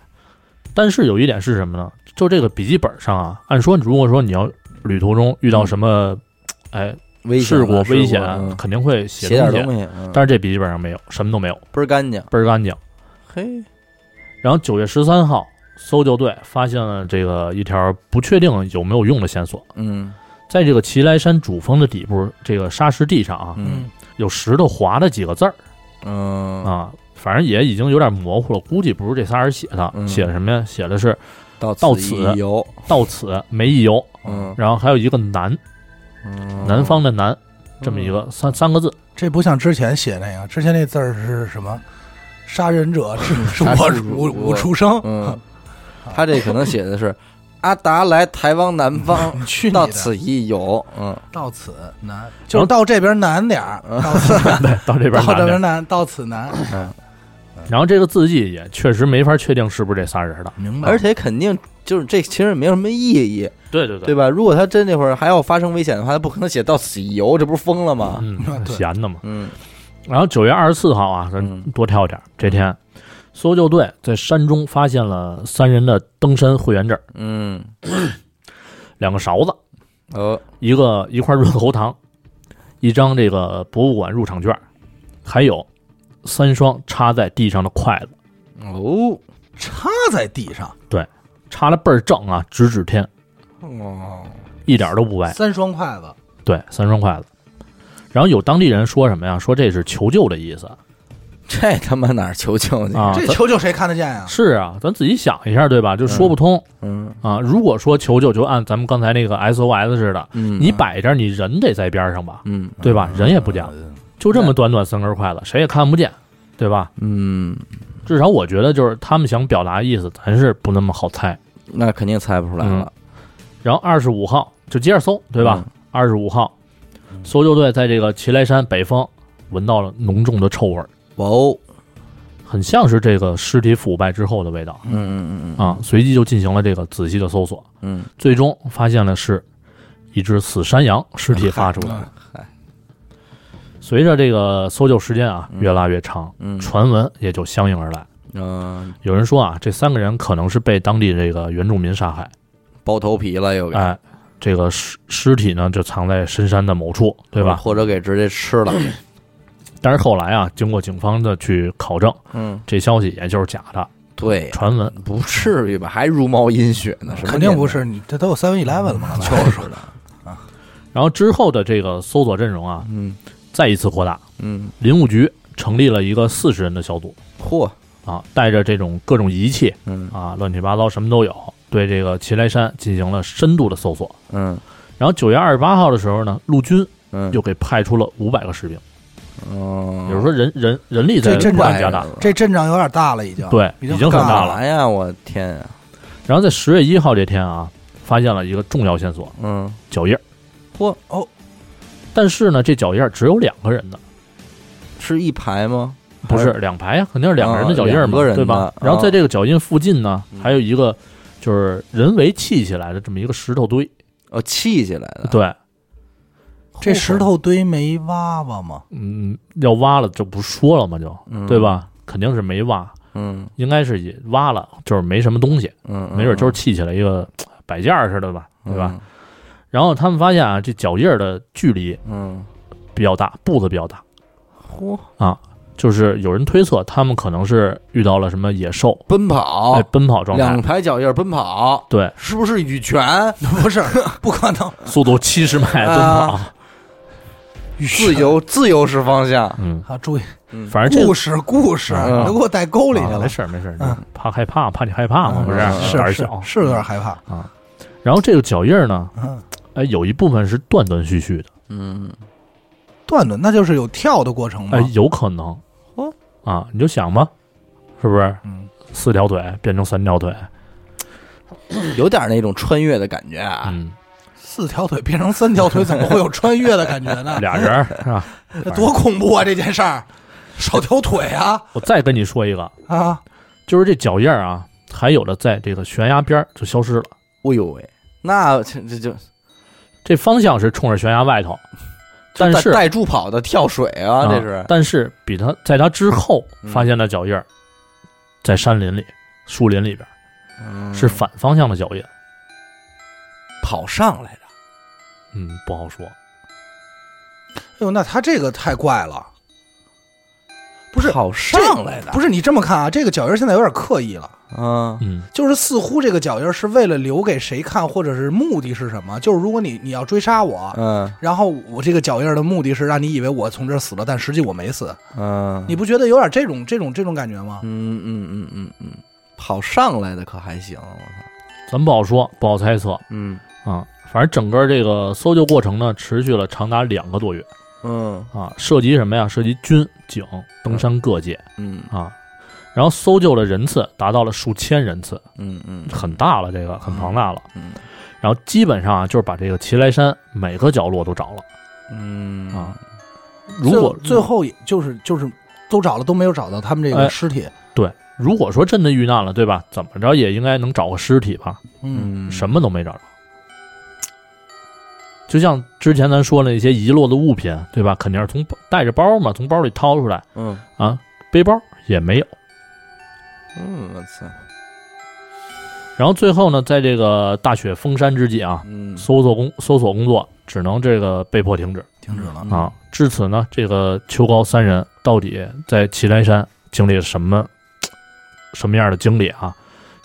C: 但是有一点是什么呢？就这个笔记本上啊，按说如果说你要旅途中遇到什么，哎，
B: 嗯危险
C: 事
B: 了
C: 故危险，
B: 嗯
C: 肯定会
B: 写
C: 写
B: 点
C: 东
B: 东
C: 西。
B: 西，嗯
C: 但是这笔记本上没有，什么都没有，
B: 倍儿干净，
C: 倍儿干净。
B: 嘿，
C: 然后九月十三号，搜救队发现了这个一条不确定有没有用的线索，
B: 嗯
C: 在这个祁来山主峰的底部这个沙石地上啊，
B: 嗯
A: 嗯，
C: 有石头划的几个字儿。
B: 嗯，
C: 啊，反正也已经有点模糊了，估计不是这仨人写的，
B: 嗯
C: 写的什么呀？写的是
B: 到
C: 到
B: 此
C: 此啊
B: 一游，
C: 到此没一游，
B: 嗯，
C: 然后还有一个南，
B: 嗯
C: 南方的南，这么一个三三个字，
A: 这不像之前写那个，之前那字儿是什么？杀人者是
C: 嗯
A: 是
B: 杀
A: 我
B: 出
A: 我
B: 我
A: 我出 生，
B: 嗯，他这可能写的是阿达来台湾南方，
C: 嗯
A: 你去你
B: 到
A: 的！
B: 此一游，嗯
A: 到此难，就是到这边难点儿，到此
C: 对，到嗯 这边
A: 到这
C: 南
A: 边
C: 的。
A: 难，到此 难。
C: 然后这个字迹也确实没法确定是不是这仨人的，
A: 明
B: 而且肯定就是这其实没有什么意义，
C: 对对
B: 对，吧？如果他真那会儿还要发生危险的话，他不可能写到此一游，这不是疯了吗？
C: 嗯，
A: 对
C: 闲的嘛。
B: 嗯
C: 然后九月二十四号啊，咱
B: 嗯
C: 多跳点儿，这天。搜救队在山中发现了三人的登山会员证，
B: 嗯，
C: 两个勺子，
B: 哦，
C: 一个一块润喉糖，一张这个博物馆入场券，还有三双插在地上的筷子，
B: 哦，
A: 插在地上，
C: 插的倍儿正啊，直指天，
B: 哦，
C: 一点都不歪。
A: 三双筷子，
C: 对，三双筷子。然后有当地人说什么呀？说这是求救的意思
B: 这他妈哪儿求救去？
C: 啊。
A: 这
C: 咱
A: 球球谁看得见呀？
C: 是啊，咱自己想一下，对吧？就说不通、
B: 嗯
C: 啊。如果说求救，就按咱们刚才那个 SOS 似的，
B: 嗯，
C: 你摆这儿，你人得在边上吧，
B: 嗯
C: 对吧？人也不
A: 呃
C: 讲，就这么短短三根筷子，谁也看不见，对吧？
B: 嗯，
C: 至少我觉得就是他们想表达意思，咱是不那么好猜。
B: 那肯定猜不出来了，
C: 然后二十五号就接着搜，对吧？
B: 嗯
C: 二十五号，搜救队在这个祁来山北峰闻到了浓重的臭味儿，
B: 嗯？哇哦，
C: 很像是这个尸体腐败之后的味道
B: 嗯嗯嗯
C: 啊。随即就进行了这个仔细的搜索，
B: 嗯
C: 最终
B: 啊嗯
C: 发现了是一只死山羊尸体发出来的。
B: 嗨
C: 随着这个搜救时间啊
B: 嗯
C: 越拉越长，
B: 嗯
C: 传闻也就相应而来。
B: 嗯，
C: 有人说啊，这三个人可能是被当地这个原住民杀害，
B: 包头皮了又给，
C: 哎，这个尸尸体呢就藏在深山的某处，对吧？
B: 或者给直接吃了，
C: 但是后来啊，经过警方的去考证，
B: 嗯，
C: 这消息也就是假的，
B: 对哎呀，
C: 传闻。
B: 不至于吧？还茹毛饮血呢？什么
A: 肯定不
B: 年
A: 是你，这都有 seven eleven 了嘛？
B: 代，嗯就是的，
C: 然后之后的这个搜索阵容啊，
B: 嗯
C: 再一次扩大，
B: 嗯，
C: 林务局成立了一个四十人的小组
B: 嚯，
C: 啊，带着这种各种仪器
B: 嗯
C: 啊，乱七八糟什么都有，对这个祁来山进行了深度的搜索。
B: 嗯
C: 然后九月二十八号的时候呢，陆军
B: 嗯，
C: 又给派出了五百个士兵，
B: 嗯，
C: 也就是说人人人力在
A: 这阵
C: 不
A: 仗
C: 断
B: 哎
C: 加大，
A: 这阵仗有点大了，已经。
C: 对，
A: 已经
C: 已经很
A: 很大
C: 大
B: 干
A: 了
C: 了。
B: 嘛呀？我天呀，
C: 然后在十月一号这天啊，发现了一个重要线索
B: 嗯，
C: ——脚印儿。
B: 嚯
A: 哦，
C: 但是呢，这脚印儿只有两个人的，
B: 是一排吗？
C: 不是两排呀，肯定是两个人的脚印
B: 啊
C: 儿
B: 两
C: 嘛，
B: 个人的
C: 对吧
B: 啊？
C: 然后在这个脚印附近呢，
B: 嗯
C: 还有一个就是人为砌起来的这么一个石头堆，
B: 哦，砌起来的，
C: 对，
B: 嚯，
A: 这石头堆没挖挖 吗？
C: 嗯，要挖了就不说了嘛，就
B: 嗯，
C: 对吧？肯定是没挖，
B: 嗯？
C: 应该是也挖了，就是没什么东西，
B: 嗯嗯，
C: 没准就是砌起来一个呃摆件儿似的吧，
B: 嗯
C: 对吧？？然后他们发现啊，这脚印儿的距离
B: 嗯，
C: 比较大，步子比较大，啊
B: 嚯，
C: 就是有人推测他们可能是遇到了什么野兽，
B: 奔跑
C: 哎，，奔跑状
B: 哦两
C: 态，
B: 排脚印儿奔跑，
C: 对，
B: 是不是羽泉？
A: 不是，不可能，
C: 速度七十迈奔跑，
B: 自由自由是方向，
C: 嗯，
A: 啊！注意，
B: 嗯
C: 反正这
A: 故事故事，
B: 嗯
A: 你都给我带沟里去
C: 啊
A: 了
C: 没。事儿没事儿
A: 嗯，
C: 怕害怕，怕你害怕嘛，
B: 嗯
C: 不是
B: 嗯
A: 是
C: 胆儿
A: 是
C: 小。啊
A: 是有点害怕。
C: 然后这个脚印儿呢，
A: 嗯，
C: 哎，有一部分是断断续续的，
B: 嗯
A: 断断，那就是有跳的过程吗
C: 哎？，有可能
B: 哦，
C: 啊，你就想吧，是不是
A: 嗯，
C: 四条腿变成三条腿？
B: 有点那种穿越的感觉啊。
C: 嗯，
A: 四条腿变成三条腿，怎么会有穿越的感觉 呢？
C: 俩 人儿是吧？
A: 这多恐怖啊！这件事儿，少条腿啊
C: 我再跟你说一个，
A: 啊！
C: 就是这脚印儿啊，还有的在这个悬崖边儿就消失了，
B: 哎呦喂，那这这就
C: 这方向是冲着悬崖外头，但
B: 带
C: 是
B: 带助跑的跳水啊，这是
C: 但是比他在他之后
B: 嗯
C: 发现的脚印儿，在山林里、树林里边儿
B: 嗯
C: 是反方向的脚印，
B: 跑上来的，
C: 嗯，不好说。
A: 哎呦，那他这个太怪了。不是
B: 跑上来的，
A: 不
B: 是
A: 是你这么看啊，这个脚印现在有点刻意了，
B: 嗯
C: 嗯，
A: 就是似乎这个脚印是为了留给谁看，或者是目的是什么？就是如果你你要追杀我，
B: 嗯
A: 然后我这个脚印的目的是让你以为我从这儿死了，但实际我没死，
B: 嗯，
A: 你不觉得有点这种这种这种感觉吗？
B: 嗯嗯嗯嗯嗯，跑上来的可还行，我操，
C: 咱不好说，不好猜测
B: 嗯
C: 啊。反正整个这个搜救过程呢，持续了长达两个多月
B: 嗯
C: 啊，涉及什么呀？涉及军警、登山各界
B: 嗯
C: 啊。然后搜救的人次达到了数千人次，
B: 嗯嗯，
C: 很大了，这个很庞大了。
B: 嗯
C: 然后基本上啊，就是把这个祁来山每个角落都找了
B: 嗯
C: 啊。如果
A: 最最后也就是就是都找了都没有找到他们这
C: 哎
A: 个尸体，
C: 对，如果说真的遇难了，对吧？怎么着也应该能找个尸体吧？
A: 嗯，
B: 嗯
C: 什么都没找着。就像之前咱说的那些遗落的物品，对吧？肯定是从包带着包嘛，从包里掏出来
B: 嗯
C: 啊，背包也没有。
B: 嗯，我操，
C: 然后最后呢，在这个大雪封山之际啊，
B: 嗯
C: 搜索工搜索工作只能这个被迫停止
A: 停止了。
C: 啊。至此呢，这个秋高三人到底在祁连山经历了什么什么样的经历啊，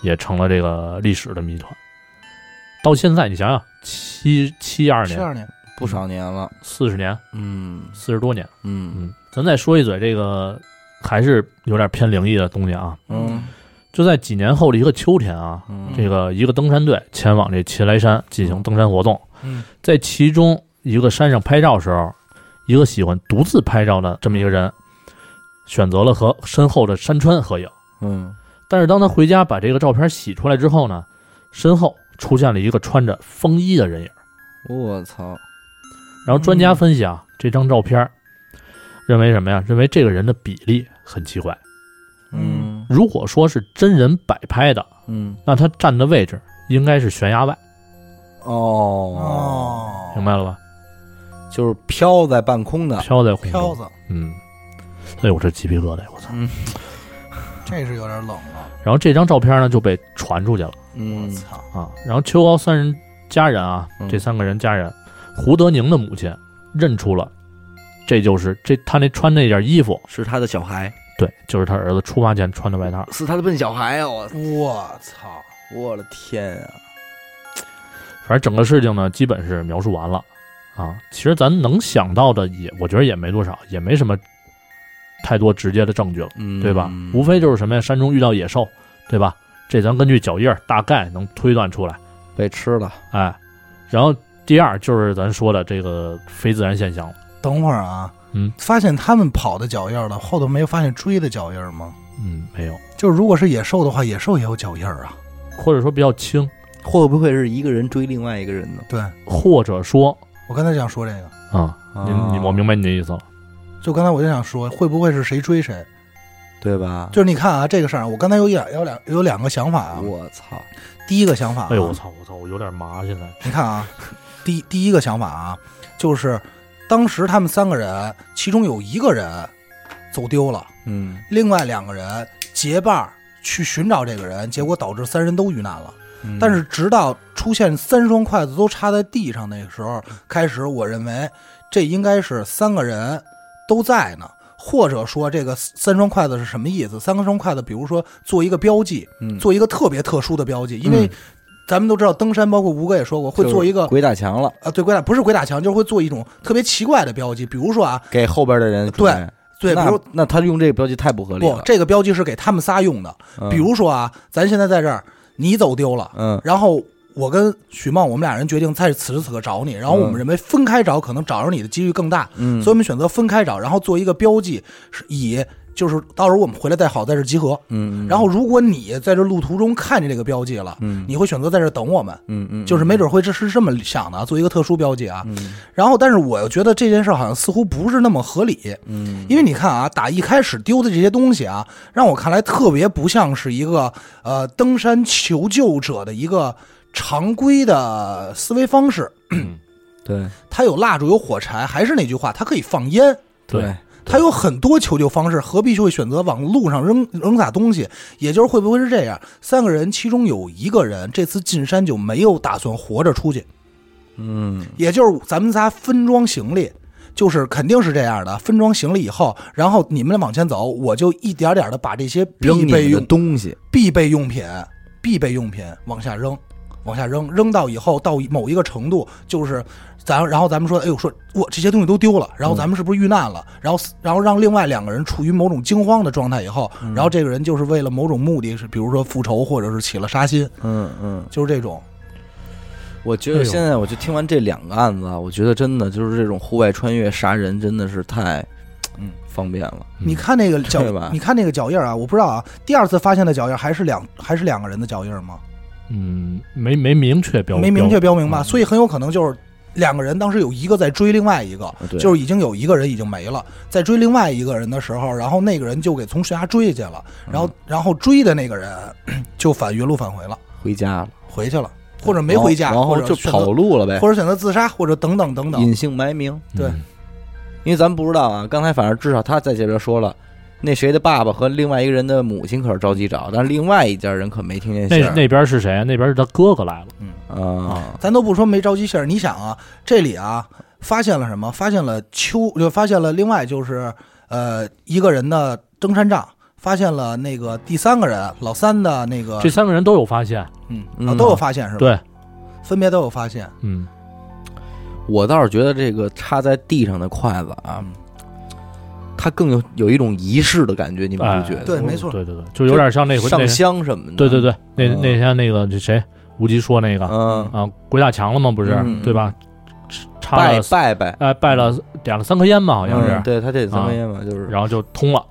C: 也成了这个历史的谜团。到现在，你想想，七七二
A: 七
C: 年，
A: 二年，
B: 不少年了，
C: 四十年，
B: 嗯
C: 四十多年。
B: 嗯
C: 嗯，咱再说一嘴这个还是有点偏灵异的东西啊。
B: 嗯
C: 就在几年后的一个秋天啊，
B: 嗯
C: 这个一个登山队前往这祁来山进行登山活动，
A: 嗯，
C: 在其中一个山上拍照时候，一个喜欢独自拍照的这么一个人，选择了和身后的山川合影。
B: 嗯
C: 但是当他回家把这个照片洗出来之后呢，身后出现了一个穿着风衣的人影。
B: 嗯我操，
C: 然后专家分析啊，这张照片认为什么呀？认为这个人的比例很奇怪。
B: 嗯
C: 如果说是真人摆拍的，
B: 嗯
C: 那他站的位置应该是悬崖外，
B: 哦
A: 哦，
C: 嗯明白了吧？
B: 就是飘在半空的，
C: 飘在空
A: 飘
C: 中，
A: 子，
C: 嗯，哎呦，我这鸡皮疙瘩，我操！
B: 嗯
A: 这是有点冷了。
C: 然后这张照片呢就被传出去了
A: 我
B: 嗯
A: 操，
C: 啊。然后秋高三人家人啊
B: 嗯，
C: 这三个人家人，胡德宁的母亲认出了，这就是这他那穿那件衣服，
B: 是他的小孩，
C: 对，就是他儿子出发前穿的外套。
B: 是他的笨小孩啊！我
A: 我操，
B: 我的天啊！
C: 反正整个事情呢，基本是描述完了啊。其实咱能想到的也，我觉得也没多少，也没什么太多直接的证据了，
B: 嗯，
C: 对吧？无非就是什么呀，山中遇到野兽，对吧？这咱根据脚印儿大概能推断出来，
B: 被吃了，
C: 哎。然后第二就是咱说的这个非自然现象了，
A: 等会儿啊，
C: 嗯，
A: 发现他们跑的脚印儿了，后头没有发现追的脚印儿吗？
C: 嗯，没有，
A: 就是如果是野兽的话，野兽也有脚印儿啊。
C: 或者说比较轻，
B: 会不会是一个人追另外一个人呢？
A: 对
C: 或者说
A: 我刚才想说这个，
C: 啊，你你我明白你的意思了，
A: 就刚才我就想说，会不会是谁追谁？
B: 对吧？
A: 就是你看啊，这个事儿啊，我刚才有两有两有两个想法啊。
B: 我操！
A: 第一个想法、啊，
C: 哎呦我操我操，我有点麻现在，
A: 你看啊，第第一个想法啊，就是当时他们三个人，其中有一个人走丢了，
B: 嗯
A: 另外两个人结伴儿去寻找这个人，结果导致三人都遇难了。
B: 嗯
A: 但是直到出现三双筷子都插在地上那个时候，开始我认为这应该是三个人都在呢，或者说这个三双筷子是什么意思？三双筷子，比如说做一个标记，
B: 嗯
A: 做一个特别特殊的标记，因为
B: 嗯
A: 咱们都知道登山，包括吴哥也说过，会
B: 就是
A: 做一个
B: 鬼打墙了，
A: 啊，对，鬼打不是鬼打墙，就是会做一种特别奇怪的标记，比如说啊，
B: 给后边的人
A: 对
B: 准备
A: 对，比
B: 那
A: 如
B: 那他用这个标记太不合理
A: 不
B: 了，。
A: 这个标记是给他们仨用的，
B: 嗯
A: 比如说啊，咱现在在这儿，你走丢了，
B: 嗯
A: 然后我跟许梦，我们俩人决定在此时此刻找你，然后我
B: 嗯
A: 们认为分开找可能找着你的几率更大，
B: 嗯，
A: 所以我们选择分开找，然后做一个标记，是以就是到时候我们回来再好在这集合。
B: 嗯嗯
A: 然后如果你在这路途中看见这个标记了，
B: 嗯
A: 你会选择在这儿等我们，
B: 嗯嗯
A: 就是没准会这是这么想的啊，做一个特殊标记啊。
B: 嗯
A: 然后，但是我又觉得这件事儿好像似乎不是那么合理，
B: 嗯
A: 因为你看啊，打一开始丢的这些东西啊，让我看来特别不像是一个呃登山求救者的一个常规的思维方式。
B: 对
A: 它有蜡烛，有火柴，还是那句话，它可以放烟，
C: 对，
A: 它有很多求救方式，何必就会选择往路上扔扔撒东西？也就是会不会是这样？三个人其中有一个人这次进山就没有打算活着出去，
B: 嗯
A: 也就是咱们仨分装行李，就是肯定是这样的。分装行李以后，然后你们往前走，我就一点点的把这些
B: 扔
A: 必
B: 你
A: 备
B: 们的
A: 用
B: 东西，
A: 必备用品、必备用品往下扔，往下扔，扔到以后到某一个程度，就是咱然后咱们说，哎呦，说我这些东西都丢了，然后咱
B: 嗯
A: 们是不是遇难了？然后然后让另外两个人处于某种惊慌的状态以后，
B: 嗯
A: 然后这个人就是为了某种目的，是比如说复仇或者是起了杀心，
B: 嗯嗯，哎
A: 就是这种。
B: 我觉得现在我就听完这两个案子啊，我觉得真的就是这种户外穿越杀人真的是太，嗯，方便了，
C: 嗯
A: 你看那个脚
B: 对吧，
A: 你看那个脚印儿啊，我不知道啊。第二次发现的脚印儿还是两还是两个人的脚印儿吗？
C: 嗯，没没明确标，
A: 没明确标明吧，
C: 嗯
A: 所以很有可能就是两个人当时有一个在追另外一个，
B: 对，
A: 就是已经有一个人已经没了，在追另外一个人的时候，然后那个人就给从悬崖追下去了，
B: 嗯
A: 然后然后追的那个人 就返原路返回了，
B: 回家了，
A: 回去了，或者没回家，
B: 然后
A: 或
B: 然
A: 者
B: 后就
A: 选择
B: 跑，路了呗，
A: 或者选择自杀，或者等等等等。
B: 隐姓埋名，
A: 对
C: 嗯
B: 因为咱不知道啊，刚才反正至少他在这边说了。那谁的爸爸和另外一个人的母亲可是着急找，但是另外一家人可没听见信
C: 那
B: 儿
C: 那边是谁？啊那边是他哥哥来了，
A: 嗯
B: 啊，
A: 咱都不说没着急信儿，你想啊，这里啊发现了什么？发现了秋，就发现了另外就是呃一个人的登山杖，发现了那个第三个人老三的那个
C: 这三个人都有发现，
A: 嗯
B: 嗯
A: 啊都有发现是吧？
C: 对，
A: 分别都有发现。
C: 嗯，
B: 我倒是觉得这个插在地上的筷子啊
A: 嗯，
B: 它更有有一种仪式的感觉，你们
C: 哎
B: 不觉得？
A: 对没错
C: 对对对，就有点像那回那
B: 上香什么的，
C: 对对对，那
B: 嗯
C: 那天那个这谁无极说那个
B: 嗯，
C: 啊，鬼打墙了吗？不是
B: 嗯嗯，
C: 对吧？插
B: 拜
C: 了
B: 拜拜，
C: 哎拜了点了三颗烟吧，好像
B: 嗯
C: 是，啊
B: 对他这三根烟嘛，就是，
C: 然后就通了，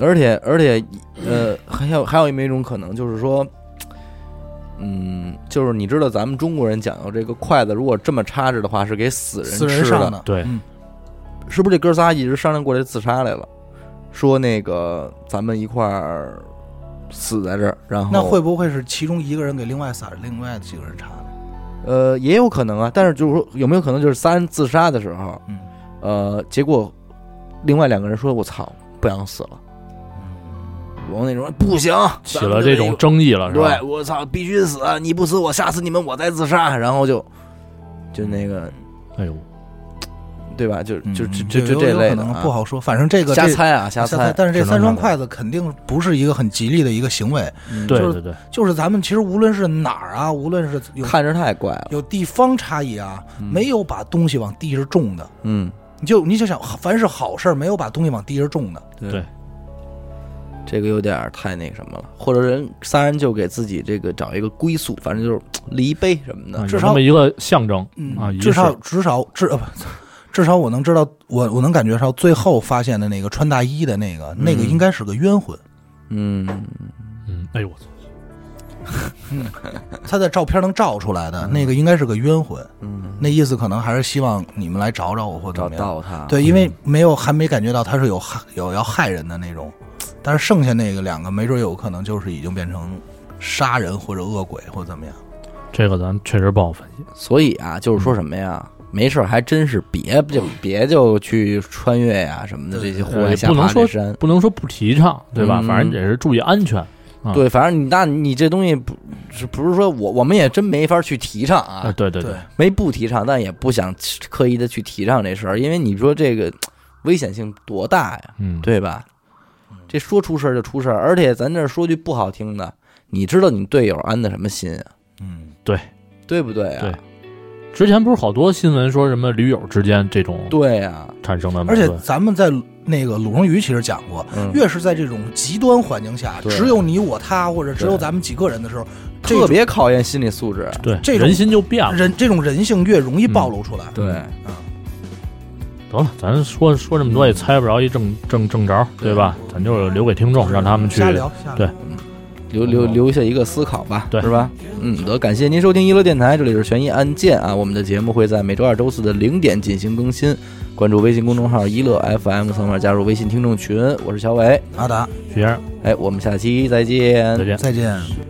B: 而且而且，呃，还有还有一种可能就是说，嗯，就是你知道咱们中国人讲究这个筷子，如果这么插着的话，是给死人
A: 死人
B: 吃
A: 上
B: 的，
A: 的，
C: 对
A: 嗯
B: 是不是？这哥仨一直商量过来自杀来了，说那个咱们一块儿死在这儿，然后
A: 那会不会是其中一个人给另外仨另外几个人插的？
B: 呃，也有可能啊，但是就是说有没有可能就是三自杀的时候，
A: 嗯
B: 呃，结果另外两个人说：“我操，不想死了。”
A: 嗯
B: 我那种不行，
C: 起了这种争议了，是吧
B: 对？我操，必须死！你不死我，下次你们我再自杀，然后就就那个
C: 哎呦，
B: 对吧？就
A: 嗯
B: 就就
A: 嗯
B: 就就
A: 有
B: 这
A: 有
B: 类
A: 可
B: 的
A: 能
B: 啊
A: 不好说，反正这个
B: 瞎
A: 这
B: 猜啊，瞎
A: 瞎
B: 猜。
A: 但是这
C: 只能
A: 三双
C: 这么
A: 筷子肯定不是一个很吉利的一个行为。
B: 嗯
C: 对
A: 就是
C: 对对，
A: 就是咱们其实无论是哪儿啊，无论是有
B: 嗯看着太怪了，
A: 有地方差异啊，
B: 嗯
A: 没有把东西往地上种的。
B: 嗯，
A: 你就你就想，凡是好事儿，没有把东西往地上种的。
C: 对，
B: 这个有点儿太那个什么了，或者人仨人就给自己这个找一个归宿，反正就是离悲什么的
C: 啊，
A: 至
C: 有
A: 少
C: 那么一个象征
A: 嗯，
C: 啊，仪
A: 至少
C: 式
A: 至少至呃不，至少我能知道，我我能感觉到最后发现的那个穿大衣的那个，那个
B: 嗯
A: 应该是个冤魂。
B: 嗯，
C: 嗯，哎呦我操，
A: 他在照片能照出来的那个应该是个冤魂。
B: 嗯，
A: 那意思可能还是希望你们来找找我或怎
B: 找
A: 么样。
B: 到他，，
A: 对，因为没有还没感觉到他是有害有要害人的那种，但是剩下那个两个没准有可能就是已经变成杀人或者恶鬼或者怎么样。
C: 这个咱确实不好分析。
B: 所以啊，就是说什么呀？没事儿，还真是别就别就去穿越呀、什么的这些户外
C: 也
B: 下
C: 不能
B: 爬这
C: 说
B: 山。
C: 不能说不提倡，对吧？
B: 嗯
C: 反正也是注意安全。啊
B: 对，反正你那你这东西不是不是说我我们也真没法去提倡啊，
C: 啊，对对
A: 对，
B: 没不提倡，但也不想刻意的去提倡这事儿，因为你说这个危险性多大呀，
C: 嗯，
B: 对吧？这说出事儿就出事儿，而且咱这说句不好听的，你知道你队友安的什么心啊，
A: 嗯，
B: 对不对啊？
C: 之前不是好多新闻说什么驴友之间这种
B: 对啊，
C: 产生的矛
A: 而且
C: 盾，
A: 咱们在那个鲁荣鱼其实讲过，
B: 嗯，
A: 越是在这种极端环境下，
B: 对
A: 只有你我他或者只有
B: 对
A: 咱们几个人的时候，这
B: 特
A: 种
B: 别考验心理素质，
C: 对
A: 这种
C: 人心就变了。
A: 人这种人性越容易暴露出来。
B: 对。
C: 得了，咱说说这么多也猜不着一正正正着，对吧？咱就留给听众，让他们去
A: 嗯瞎聊，瞎聊
C: 对
B: 留留留下一个思考吧，
C: 对
B: 是吧？嗯，得感谢您收听一乐电台，这里是悬疑案件啊。我们的节目会在每周二、周四的零点进行更新，关注微信公众号“一乐 FM”，扫码加入微信听众群。我是小伟，
A: 阿达，
C: 徐先生，
B: 哎，我们下期再见，
C: 再见。
A: 再见。